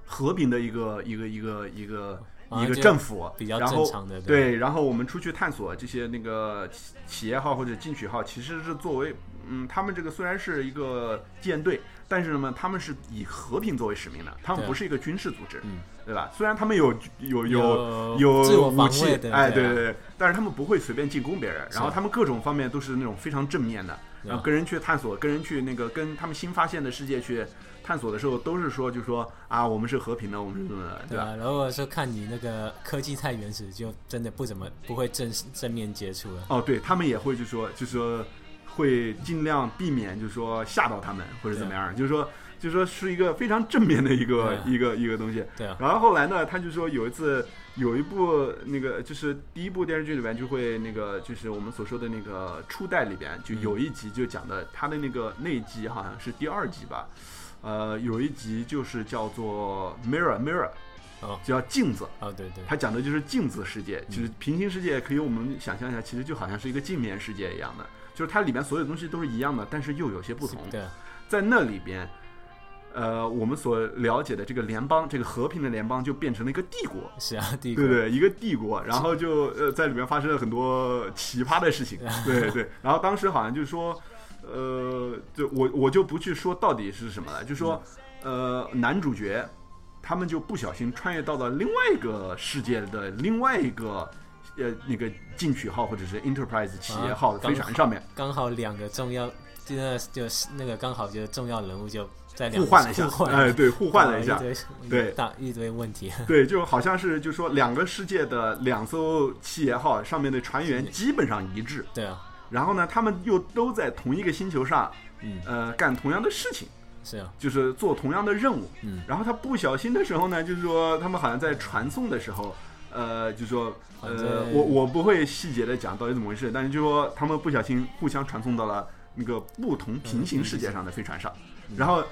S1: 和平的一个一个一个一个
S2: 啊
S1: 一个
S2: 就
S1: 政府，
S2: 比较
S1: 然后
S2: 正常的对
S1: 对，然后我们出去探索这些那个企企业号或者进取号，其实是作为嗯，他们这个虽然是一个舰队，但是呢，他们是以和平作为使命的，他们
S2: 对
S1: 不是一个军事组织，
S2: 嗯
S1: 对吧？虽然他们有有
S2: 有
S1: 有
S2: 自我
S1: 武
S2: 防
S1: 器
S2: 卫的
S1: 哎，
S2: 对
S1: 对
S2: 啊
S1: 对对，但是他们不会随便进攻别人，然后他们各种方面都是那种非常正面的，
S2: 啊
S1: 然后跟人去探索，跟人去那个跟他们新发现的世界去探索的时候，都是说就说啊，我们是和平的，我们是怎么的，
S2: 对
S1: 对吧？
S2: 啊，如果说看你那个科技太原始，就真的不怎么不会正正面接触了。
S1: 哦，对他们也会就说就说会尽量避免就说吓到他们或者怎么样，就是说就说是一个非常正面的一个、
S2: 对
S1: 一个一个东西。
S2: 对啊，
S1: 然后后来呢，他就说有一次有一部那个就是第一部电视剧里边就会那个就是我们所说的那个初代里边
S2: 嗯
S1: 就有一集就讲的他的那个那一集好像是第二集吧，呃，有一集就是叫做 mirror mirror，
S2: 哦
S1: 叫镜子。
S2: 哦，对对，
S1: 它讲的就是镜子世界，就是平行世界，可以我们想象一下，其实就好像是一个镜面世界一样的，就是它里面所有东西都是一样的，但是又有些不同。
S2: 对啊，
S1: 在那里边，呃，我们所了解的这个联邦，这个和平的联邦就变成了一个帝国，
S2: 是啊，帝国
S1: 对，对，一个帝国，然后就呃在里面发生了很多奇葩的事情，对对，然后当时好像就是说，呃，就我我就不去说到底是什么了，就说呃男主角他们就不小心穿越到了另外一个世界的另外一个呃那个进取号或者是 Enterprise 企业
S2: 啊
S1: 号的
S2: 刚
S1: 飞船上面，
S2: 刚好两个重要，就那就是那个刚好就是重要人物就在两
S1: 互
S2: 个
S1: 换了一下
S2: 互，换
S1: 哎，对，互换了一下，
S2: 堆
S1: 对
S2: 大一堆问题，
S1: 对，就好像是就说两个世界的两艘企业号上面的船员基本上一致，
S2: 对啊，
S1: 然后呢，他们又都在同一个星球上，
S2: 嗯，
S1: 呃，干同样的事情，
S2: 是啊，
S1: 就是做同样的任务，
S2: 嗯，
S1: 然后他不小心的时候呢，就是说他们好像在传送的时候，呃，就说，
S2: 反
S1: 呃，
S2: 正
S1: 我我不会细节的讲到底怎么回事，但是就说他们不小心互相传送到了那个不同平行世界上的飞船上，
S2: 嗯
S1: 然后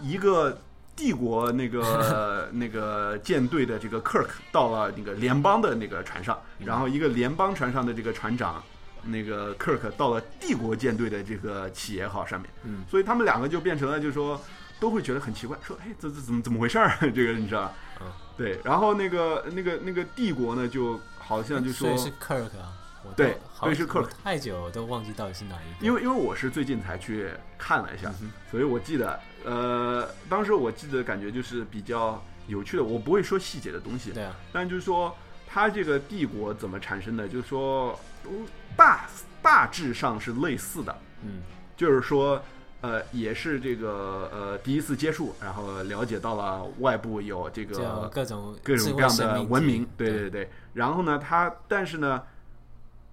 S1: 一个。帝国那 个那个舰队的这个 Kirk 到了那个联邦的那个船上，
S2: 嗯
S1: 然后一个联邦船上的这个船长那个 Kirk 到了帝国舰队的这个企业号上面，
S2: 嗯，
S1: 所以他们两个就变成了，就是说都会觉得很奇怪，说哎，这这怎么怎么回事儿？ 这个你知道吧？
S2: 嗯
S1: 对。然后那个那个那个帝国呢，就好像就
S2: 所
S1: 说
S2: 以，是 Kirk 啊，我都
S1: 对
S2: 好
S1: 对是 Kirk
S2: 我太久我都忘记到底是哪一个，
S1: 因
S2: 为
S1: 为因为我是最近才去看了一
S2: 嗯
S1: 下，所以我记得，呃，当时我记得感觉就是比较有趣的，我不会说细节的东西，
S2: 对啊，
S1: 但就是说它这个帝国怎么产生的，就是说都大大致上是类似的，
S2: 嗯，
S1: 就是说，呃，也是这个呃第一次接触，然后了解到了外部有这
S2: 就
S1: 个
S2: 各种
S1: 啊各
S2: 智
S1: 种
S2: 慧
S1: 各样
S2: 生
S1: 的
S2: 命
S1: 文
S2: 体
S1: 明，对对对。然后呢，它但是呢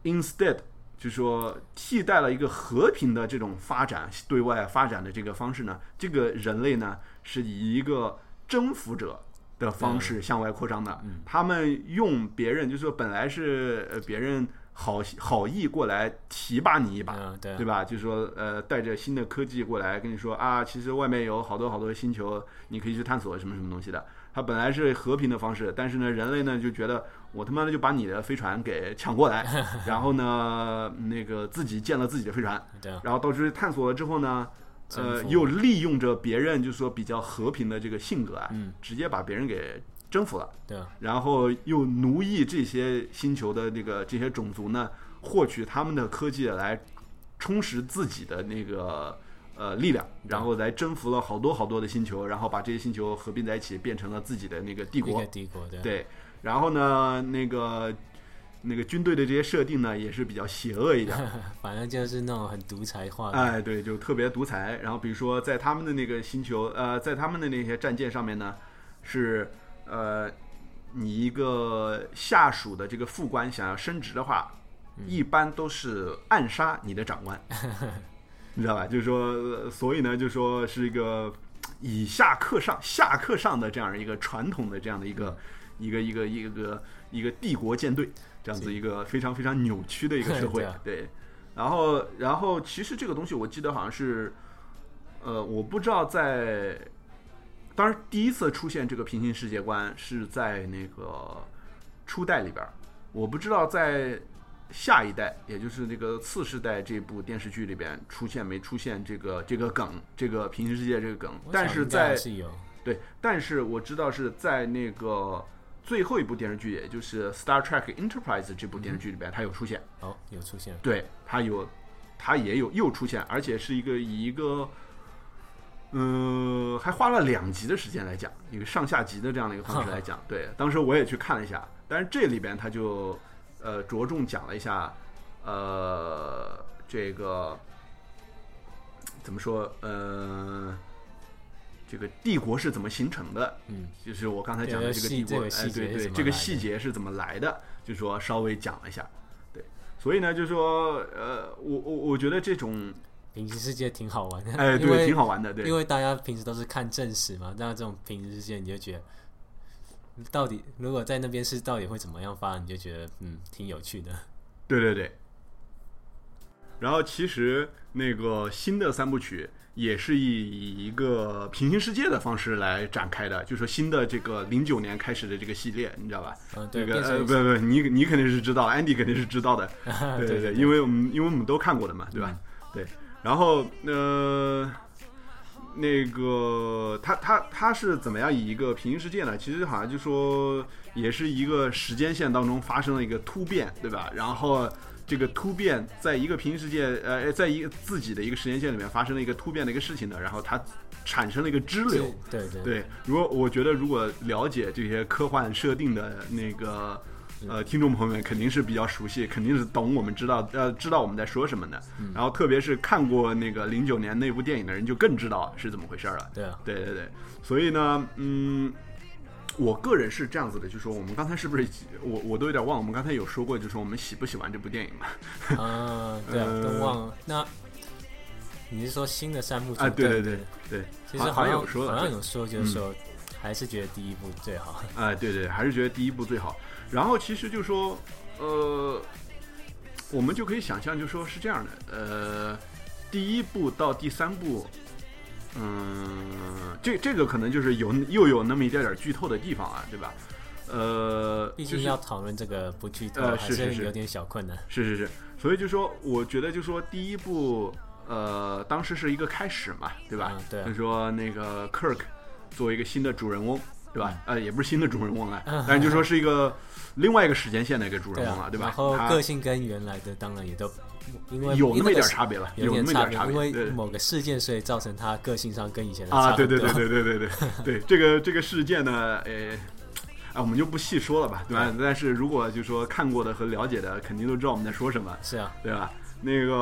S1: ，instead 就说替代了一个和平的这种发展对外发展的这个方式呢，这个人类呢是以一个征服者。的方式向外扩张的，他们用别人，就是说本来是呃别人好好意过来提拔你一把，
S2: 嗯，对啊
S1: 对吧？就是说，呃，带着新的科技过来跟你说啊，其实外面有好多好多星球，你可以去探索什么什么东西的。它本来是和平的方式，但是呢，人类呢就觉得我他妈的就把你的飞船给抢过 来，然后呢，那个自己建了自己的飞船，
S2: 对啊，
S1: 然后到处去探索了之后呢，呃，
S2: 征服
S1: 又利用着别人就是说比较和平的这个性格啊，
S2: 嗯
S1: 直接把别人给征服了。
S2: 对啊，
S1: 然后又奴役这些星球的那个这些种族呢，获取他们的科技来充实自己的那个呃力量，然后来征服了好多好多的星球，然后把这些星球合并在一起，变成了自己的那个帝
S2: 一
S1: 国
S2: 个。帝国，对啊，
S1: 对，然后呢，那个那个军队的这些设定呢，也是比较邪恶一点，
S2: 反正就是那种很独裁化的，
S1: 哎，对，就特别独裁。然后比如说在他们的那个星球，呃，在他们的那些战舰上面呢，是呃，你一个下属的这个副官想要升职的话，
S2: 嗯
S1: 一般都是暗杀你的长官，你知道吧？就是说，呃所以呢，就说是一个以下克上、下克上的这样一个传统的这样的一个、一个一个一个一个帝国舰队，这样子一个非常非常扭曲的一个社会
S2: 对啊，
S1: 对。然后，然后其实这个东西我记得好像是，呃，我不知道在，当然第一次出现这个平行世界观是在那个初代里边儿，我不知道在下一代，也就是那个次世代这部电视剧里边出现没出现这个这个梗，这个平行世界这个梗，
S2: 我
S1: 但
S2: 想
S1: 是
S2: 应该还
S1: 在
S2: 是有，
S1: 对，但是我知道是在那个最后一部电视剧，也就是《Star Trek Enterprise》这部电视剧里边，它有出现。
S2: 哦，有出现，
S1: 对，它有，它也有又出现，而且是一个以一个，嗯、还花了两集的时间来讲，一个上下集的这样的一个方式来讲。对，当时我也去看了一下，但是这里边它就呃着重讲了一下，呃，这个怎么说，呃。这个帝国是怎么形成的？
S2: 嗯，
S1: 就是我刚才讲的这
S2: 这
S1: 个
S2: 个细
S1: 帝国，
S2: 这个细
S1: 哎，
S2: 节
S1: 对
S2: 是
S1: 对，
S2: 怎么
S1: 这个
S2: 来的
S1: 细节是怎么来的？就说稍微讲了一下，对，所以呢，就说呃，我我我觉得这种，
S2: 平行世界挺好玩的，
S1: 哎，
S2: 因为
S1: 对，挺好玩的，对
S2: 因，为大家平时都是看正史嘛，那这种平行世界你就觉得，到底如果在那边是到底会怎么样发，你就觉得嗯挺有 趣的。
S1: 对对对。然后其实那个新的三部曲也是以一个平行世界的方式来展开的，就说新的这个零九年开始的这个系列，你知道吧？
S2: 嗯，
S1: 这
S2: 对，
S1: 个
S2: 变
S1: 呃，
S2: 成
S1: 不不，你你肯定是知道，Andy 肯定是知道的，对
S2: 对嗯
S1: 对，
S2: 对
S1: 因为我们因为我们都看过的嘛，对吧？对，然后呃，那个他他他是怎么样以一个平行世界呢？其实好像就说也是一个时间线当中发生了一个突变，对吧？然后。这个突变在一个平行世界，呃，在一个自己的一个时间线里面发生了一个突变的一个事情呢，然后它产生了一个支流，
S2: 对对
S1: 对，如果我觉得如果了解这些科幻设定的那个
S2: 嗯
S1: 呃听众朋友们，肯定是比较熟悉，肯定是懂我们知道呃知道我们在说什么的。
S2: 嗯
S1: 然后特别是看过那个零九年那部电影的人，就更知道是怎么回事儿了。
S2: 对啊，
S1: 对对对，所以呢，嗯，我个人是这样子的，就说我们刚才是不是我我都有点忘，我们刚才有说过，就说我们喜不喜欢这部电影嘛？
S2: 嗯，对啊，
S1: 呃
S2: 都忘了。那你是说新的三部曲？
S1: 啊，对对
S2: 对
S1: 对对，
S2: 其
S1: 好
S2: 实
S1: 像
S2: 好
S1: 好像
S2: 像
S1: 有说的
S2: 好像
S1: 对嗯
S2: 有说就是说，还是觉得第一部最好。
S1: 啊、对对，还是觉得第一部最好。然后其实就说，呃，我们就可以想象，就说是这样的，呃，第一部到第三部，嗯，这这个可能就是有又有那么一点点剧透的地方啊，对吧？呃，
S2: 毕
S1: 就
S2: 竟
S1: 是
S2: 要讨论这个不剧透，
S1: 呃
S2: 还
S1: 是是是
S2: 有点小困难。
S1: 是是是，所以就说，我觉得就说第一部，呃，当时是一个开始嘛，对吧？
S2: 嗯对啊
S1: 就说那个 Kirk 作为一个新的主人翁，对吧？
S2: 嗯
S1: 呃，也不是新的主人翁了，但是就说是一个另外一个时间线的一个主人翁了，
S2: 啊，
S1: 对吧？
S2: 然后
S1: 他
S2: 个性跟原来的当然也都因为
S1: 有那么一点
S2: 差。
S1: 差别了，
S2: 有
S1: 那么一
S2: 差
S1: 点差别，
S2: 因为
S1: 对
S2: 某个事件，所以造成他个性上跟以前的
S1: 啊，
S2: 差
S1: 对
S2: 很
S1: 对
S2: 多
S1: 对对对对 对对，这个这个事件呢，呃，啊，我们就不细说了吧，对
S2: 嗯
S1: 吧？但是如果就说看过的和了
S2: 啊
S1: 解的，肯定都知道我们在说什么。
S2: 是啊，
S1: 对吧？那个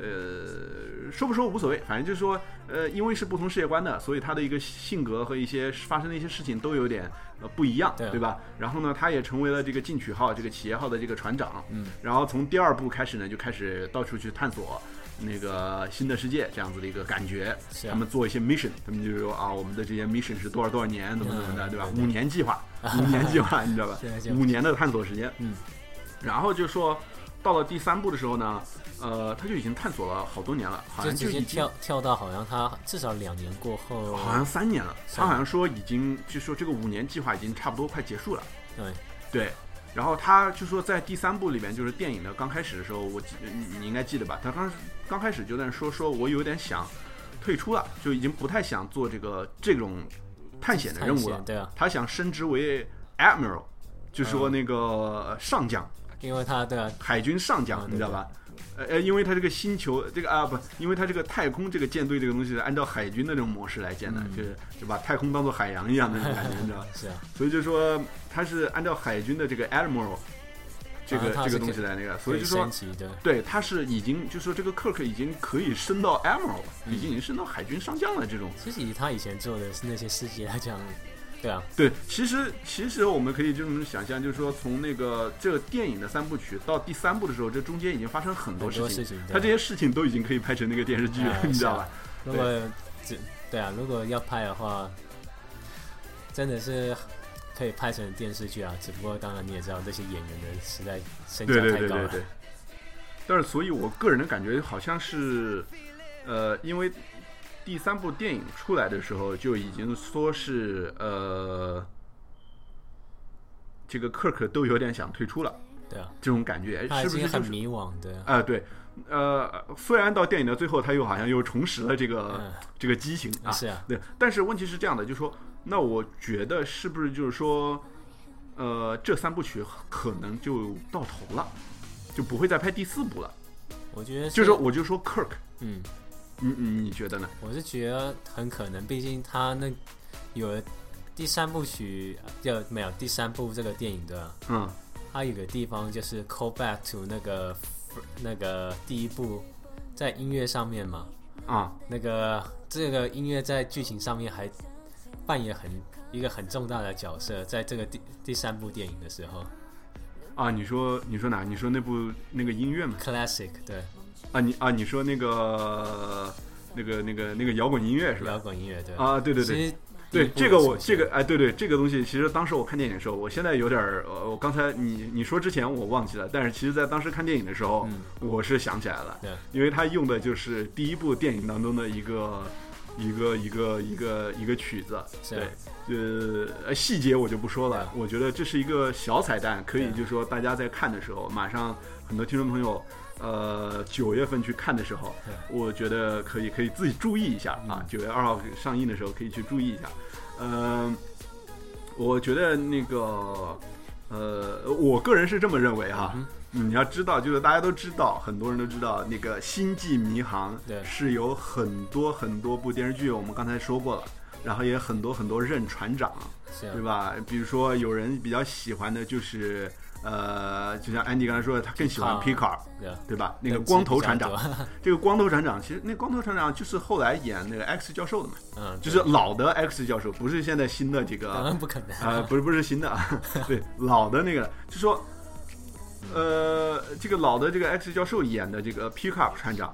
S1: 呃，说不说无所谓，反正就是说，呃，因为是不同世界观的，所以他的一个性格和一些发生的一些事情都有点呃不一样，
S2: 对啊
S1: 对吧？然后呢，他也成为了这个进取号这个企业号的这个船长，
S2: 嗯，
S1: 然后从第二部开始呢，就开始到处去探索那个新的世界这样子的一个感觉，
S2: 是啊
S1: 他们做一些 mission，他们就说啊，我们的这些 mission 是多少多少年，怎么怎么的，
S2: 嗯
S1: 对吧？
S2: 对
S1: 五年计划，五年计划，你知道 吧？
S2: 是啊是啊
S1: 五年的探索时间。
S2: 嗯，
S1: 然后就说到了第三部的时候呢，呃，他就已经探索了好多年了，好
S2: 就
S1: 像
S2: 直
S1: 就
S2: 接
S1: 已经
S2: 跳跳到好像他至少两年过后，
S1: 好像三年了。
S2: 三
S1: 他
S2: 年
S1: 好像说已经就说这个五年计划已经差不多快结束了。
S2: 对，
S1: 对。然后他就说，在第三部里面，就是电影的刚开始的时候，我记你你应该记得吧？他刚刚开始就在那说，说我有点想退出了，就已经不太想做这个这种探险的任
S2: 探
S1: 务了
S2: 险。对啊，
S1: 他想升职为 admiral，就说那个呃上将。
S2: 因为他对啊，
S1: 海军上将
S2: 啊，
S1: 你知道吧？呃呃，因为它这个星球这个啊不，因为它这个太空这个舰队这个东西是按照海军的那种模式来建的，
S2: 嗯
S1: 就是就把太空当做海洋一样的那种 感觉，你知道吧？
S2: 是啊，
S1: 所以就说它是按照海军的这个 admiral 这个、
S2: 啊它
S1: 这个
S2: 是可
S1: 东
S2: 以
S1: 西来那个，所以
S2: 可
S1: 就说
S2: 升级对，
S1: 对，他是已经就说这个 Kirk 已经可以升到 admiral，、
S2: 嗯
S1: 已经已经升到海军上将了这种。
S2: 其实以他以前做的那些事情来讲，对啊，
S1: 对，其实其实我们可以这么想象，就是说从那个这个电影的三部曲到第三部的时候，这中间已经发生很多
S2: 很
S1: 事
S2: 多
S1: 情
S2: 事，情，对啊
S1: 他这些事情都已经可以拍成那个电视剧了，
S2: 哎
S1: 你知道吧？
S2: 如果这对啊，如果要拍的话，真的是可以拍成电视剧啊。只不过当然你也知道，这些演员的实在身价
S1: 对对
S2: 太
S1: 对
S2: 高
S1: 对
S2: 了
S1: 对。。但是，所以我个人的感觉好像是，呃，因为第三部电影出来的时候就已经说是呃，这个 Kirk 都有点想退出了，
S2: 对啊，
S1: 这种感觉哎
S2: 他已
S1: 是不
S2: 经
S1: 是
S2: 很
S1: 就是
S2: 迷惘的。
S1: 啊、对，呃，虽然到电影的最后他又好像又重拾了这个、
S2: 嗯，
S1: 这个激情啊，
S2: 是啊，
S1: 对，但是问题是这样的，就是说，那我觉得是不是就是说，呃，这三部曲可能就到头了，就不会再拍第四部了。
S2: 我觉得
S1: 就是说，我就说 Kirk，
S2: 嗯，
S1: 你你你觉得呢？
S2: 我是觉得很可能，毕竟他那有了第三部曲，就没有第三部这个电影的，
S1: 嗯，
S2: 它有个地方就是 call back to 那个那个第一部在音乐上面嘛，
S1: 啊、
S2: 那个这个音乐在剧情上面还扮演很一个很重大的角色，在这个第第三部电影的时候
S1: 啊，你说你说哪？你说那部那个音乐嘛？
S2: ，classic 对
S1: 啊，你啊，你说那个那个那个那个摇滚音乐是吧？
S2: 摇滚音乐对，
S1: 啊，对对对。
S2: 其实第一
S1: 对
S2: 部
S1: 这个我
S2: 首先
S1: 这个哎对对这个东西，其实当时我看电影的时候，我现在有点儿呃，我刚才你你说之前我忘记了，但是其实在当时看电影的时候，
S2: 嗯
S1: 我是想起来了，
S2: 对
S1: 因为他用的就是第一部电影当中的一个一个一个一个一个曲子，
S2: 是啊
S1: 对，呃呃细节我就不说了，
S2: 对
S1: 我觉得这是一个小彩蛋，可以
S2: 对
S1: 就说大家在看的时候，马上很多听众朋友。呃，九月份去看的时候，
S2: 对
S1: 我觉得可以可以自己注意一下啊
S2: 嗯。
S1: 九月二号上映的时候可以去注意一下。嗯，我觉得那个，呃，我个人是这么认为哈。
S2: 嗯
S1: 你要知道，就是大家都知道，很多人都知道，那个《星际迷航
S2: 对》
S1: 是有很多很多部电视剧，我们刚才说过了，然后也很多很多任船长，
S2: 是啊
S1: 对吧？比如说有人比较喜欢的就是，呃，就像安迪刚才说的，他更喜欢皮卡尔，
S2: 对啊
S1: 对吧？那个
S2: 等级
S1: 光头
S2: 比较
S1: 船长，
S2: 多
S1: 这个光头船长，其实那光头船长就是后来演那个 X 教授的嘛，
S2: 嗯
S1: 就是
S2: 对
S1: 老的 X 教授，不是现在新的这个
S2: 当然不可能
S1: 啊，不是不是新的啊， 对老的那个，就说，呃，这个老的这个 X 教授演的这个 Pickup 船长，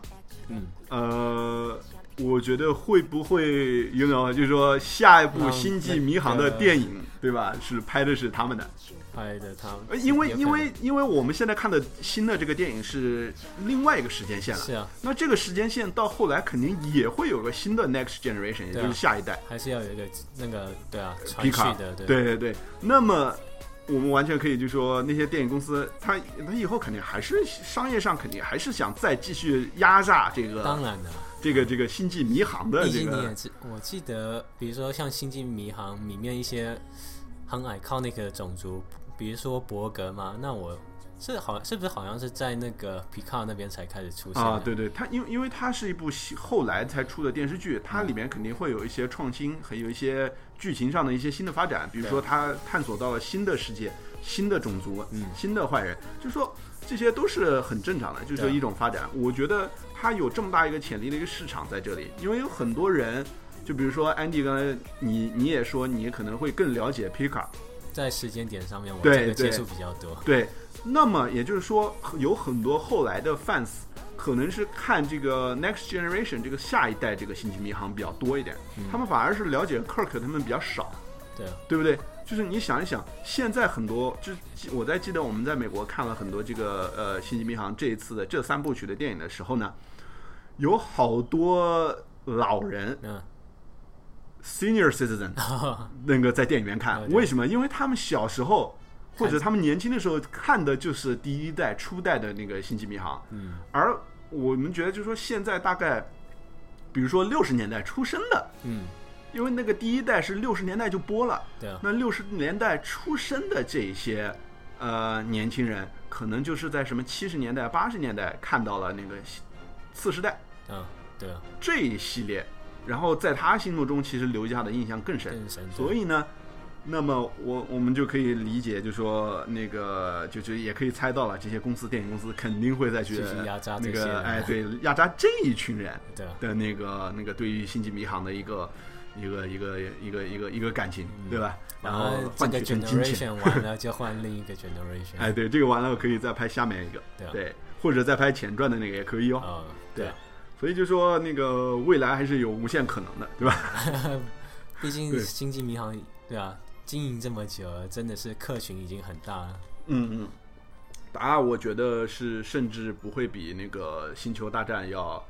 S2: 嗯
S1: 呃，我觉得会不会，you know，就是说下一部《
S2: 让
S1: 星际
S2: 那
S1: 迷航》的
S2: 个
S1: 电影，对吧？是拍的是他们的，
S2: 拍的他
S1: 呃因为
S2: 有可能
S1: 因为因为我们现在看的新的这个电影是另外一个时间线了，
S2: 是啊
S1: 那这个时间线到后来肯定也会有个新的 Next Generation，也
S2: 对
S1: 就
S2: 啊
S1: 是下一代。
S2: 还是要有一个那个对啊传
S1: 皮
S2: 续
S1: 卡
S2: 的对
S1: 对对对，那么我们完全可以就说，那些电影公司，他他以后肯定还是商业上肯定还是想再继续压榨这
S2: 当
S1: 个
S2: 然了。
S1: 这个这个星际迷航的
S2: 毕
S1: 这
S2: 竟你
S1: 个
S2: 也知，我记得，比如说像《星际迷航》里面一些很 iconic 的种族，比如说伯格嘛，那我是好是不是好像是在那个皮卡那边才开始出现的
S1: 啊，对对，它因为因为它是一部西后来才出的电视剧，它里面肯定会有一些创新，还有一些剧情上的一些新的发展，比如说它探索到了新的世界、新的种族、
S2: 嗯
S1: 新的坏人，就说这些都是很正常的，就是说
S2: 对
S1: 一种发展。我觉得它有这么大一个潜力的一个市场在这里，因为有很多人。就比如说安迪，刚才你你也说你可能会更了解皮卡，
S2: 在时间点上面我
S1: 对
S2: 这个接
S1: 对
S2: 触比较多，
S1: 对，那么也就是说，有很多后来的 fans 可能是看这个 Next Generation 这个下一代这个星际迷航比较多一点，他们反而是了解 Kirk 他们比较少，
S2: 对
S1: 对不对？就是你想一想，现在很多，就是记我在记得我们在美国看了很多这个呃《星际迷航》这一次的这三部曲的电影的时候呢，有好多老人
S2: 嗯
S1: senior citizen 那个在电影院看
S2: 了，解
S1: 为什么？因为他们小时候或者他们年轻的时候看的就是第一代初代的那个《星际迷航》，
S2: 嗯
S1: 而我们觉得就是说现在大概，比如说六十年代出生的，
S2: 嗯，
S1: 因为那个第一代是六十年代就播了，
S2: 对啊，
S1: 那六十年代出生的这一些呃年轻人，可能就是在什么七十年代、八十年代看到了那个次世代
S2: 嗯对啊，
S1: 这一系列，然后在他心目中其实留下的印象更深。
S2: 更神，
S1: 所以呢，那么我我们就可以理解，就说那个就就也可以猜到了，这些公司电影公司肯定会再去
S2: 继续压榨
S1: 那
S2: 这些
S1: 个
S2: 人
S1: 哎对压榨这一群人
S2: 对啊，
S1: 的那个那个对于星际迷航的一个。一个一个一个一个一个感情，对吧？然
S2: 嗯然
S1: 后
S2: 后这
S1: 换
S2: 个
S1: 取成金钱，
S2: generation 完了就换另一 个 generation，
S1: 哎，对，这个完了可以再拍下面一个，
S2: 对啊
S1: 对，或者再拍前传的那个也可以哦。
S2: 哦
S1: 对
S2: 啊，
S1: 所以就说那个未来还是有无限可能的，对吧？
S2: 毕竟
S1: 对
S2: 星际迷航对啊，经营这么久了，真的是客群已经很大了，
S1: 嗯嗯，答案我觉得是甚至不会比那个《星球大战》要，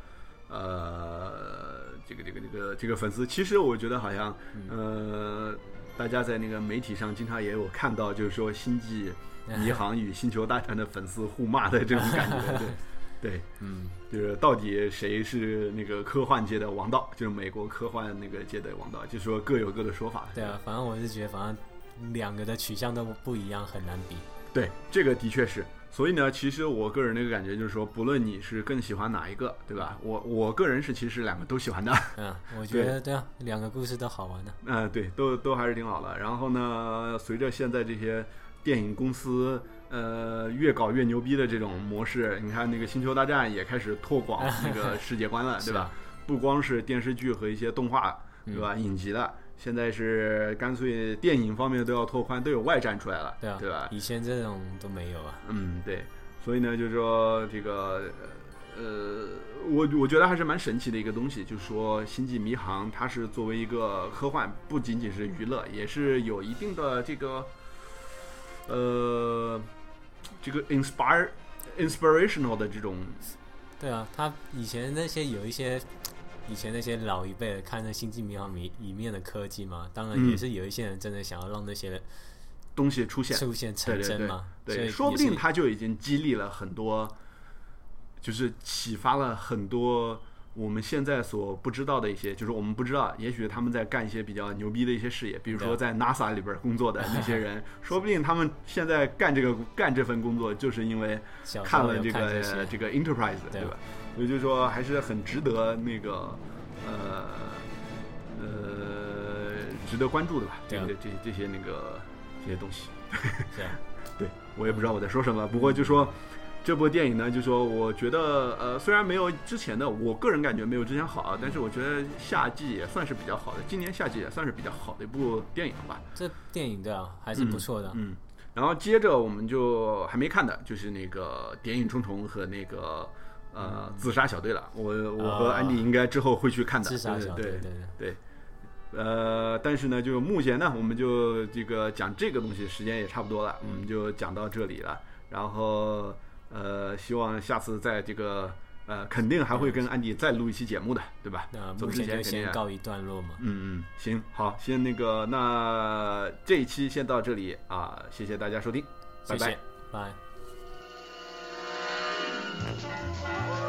S1: 呃，这个这个这个这个粉丝，其实我觉得好像，
S2: 嗯
S1: 呃，大家在那个媒体上经常也有看到，就是说《星际迷航》与《星球大战》的粉丝互骂的这种感 觉，对，对。
S2: 嗯，
S1: 就是到底谁是那个科幻界的王道，就是美国科幻那个界的王道，就是说各有各的说法。
S2: 对啊，反正我是觉得，反正两个的取向都不一样，很难比。
S1: 对，这个的确是。所以呢，其实我个人的一个感觉就是说，不论你是更喜欢哪一个，对吧？我我个人是其实两个都喜欢的，
S2: 嗯，我觉得对啊，两个故事都好玩啊的、
S1: 呃，对，都都还是挺好的。然后呢，随着现在这些电影公司呃越搞越牛逼的这种模式，你看那个《星球大战》也开始拓 广那个世界观了，对
S2: 是嗯
S1: 吧
S2: 啊？
S1: 不光是电视剧和一些动画，对吧？影集了，现在是干脆电影方面都要拓宽，都有外站出来了，
S2: 对啊，
S1: 吧？
S2: 以前这种都没有啊。
S1: 嗯，对，所以呢，就是说这个，呃，我我觉得还是蛮神奇的一个东西，就是说《星际迷航》它是作为一个科幻，不仅仅是娱乐，也是有一定的这个，呃，这个 inspire inspirational 的这种，
S2: 对啊，他以前那些有一些，以前那些老一辈的看那《星际迷航》里里面的科技嘛，当然
S1: 嗯
S2: 也是有一些人真的想要让那些人
S1: 东西出现。
S2: 出现成真嘛。所
S1: 对，
S2: 以
S1: 说不
S2: 也是
S1: 定它就已经激励了很多，就是启发了很多我们现在所不知道的一些，就是我们不知道，也许他们在干一些比较牛逼的一些事业，比如说在 NASA 里边工作的那些 人，说不定他们现在干这个干这份工作，就是因为
S2: 小时
S1: 看
S2: 候
S1: 了
S2: 有
S1: 这
S2: 看
S1: 个呃
S2: 这些，
S1: 这个 Enterprise，
S2: 对
S1: 对吧？所以就说还是很值得那个呃呃值得关注的吧，这
S2: 对啊
S1: 些这这些那个这些东西。
S2: 是啊
S1: 对我也不知道我在说什么，不过就说这部电影呢，就说我觉得呃，虽然没有之前的，我个人感觉没有之前好啊，但是我觉得夏季也算是比较好的，今年夏季也算是比较好的一部电影吧，
S2: 这电影对啊，还是不错的。
S1: 嗯。然后接着我们就还没看的，就是那个《谍影重重》和那个呃《自杀小队》了。我我和
S2: 啊
S1: 安迪应该之后会去看的。
S2: 自杀
S1: 对
S2: 小
S1: 对
S2: 对对，
S1: 对，呃，但是呢，就目前呢，我们就这个讲这个东西时间也差不多了，我
S2: 嗯
S1: 们就讲到这里了。然后呃，希望下次在这个呃，肯定还会跟安迪再录一期节目的，对吧？
S2: 那
S1: 走
S2: 目
S1: 之前肯
S2: 前就
S1: 定啊
S2: 先
S1: 也。
S2: 告一段落嘛。
S1: 嗯嗯，行，好，先那个，那这一期先到这里啊，谢谢大家收听，拜
S2: 谢
S1: 拜。
S2: 谢，拜。
S3: Thank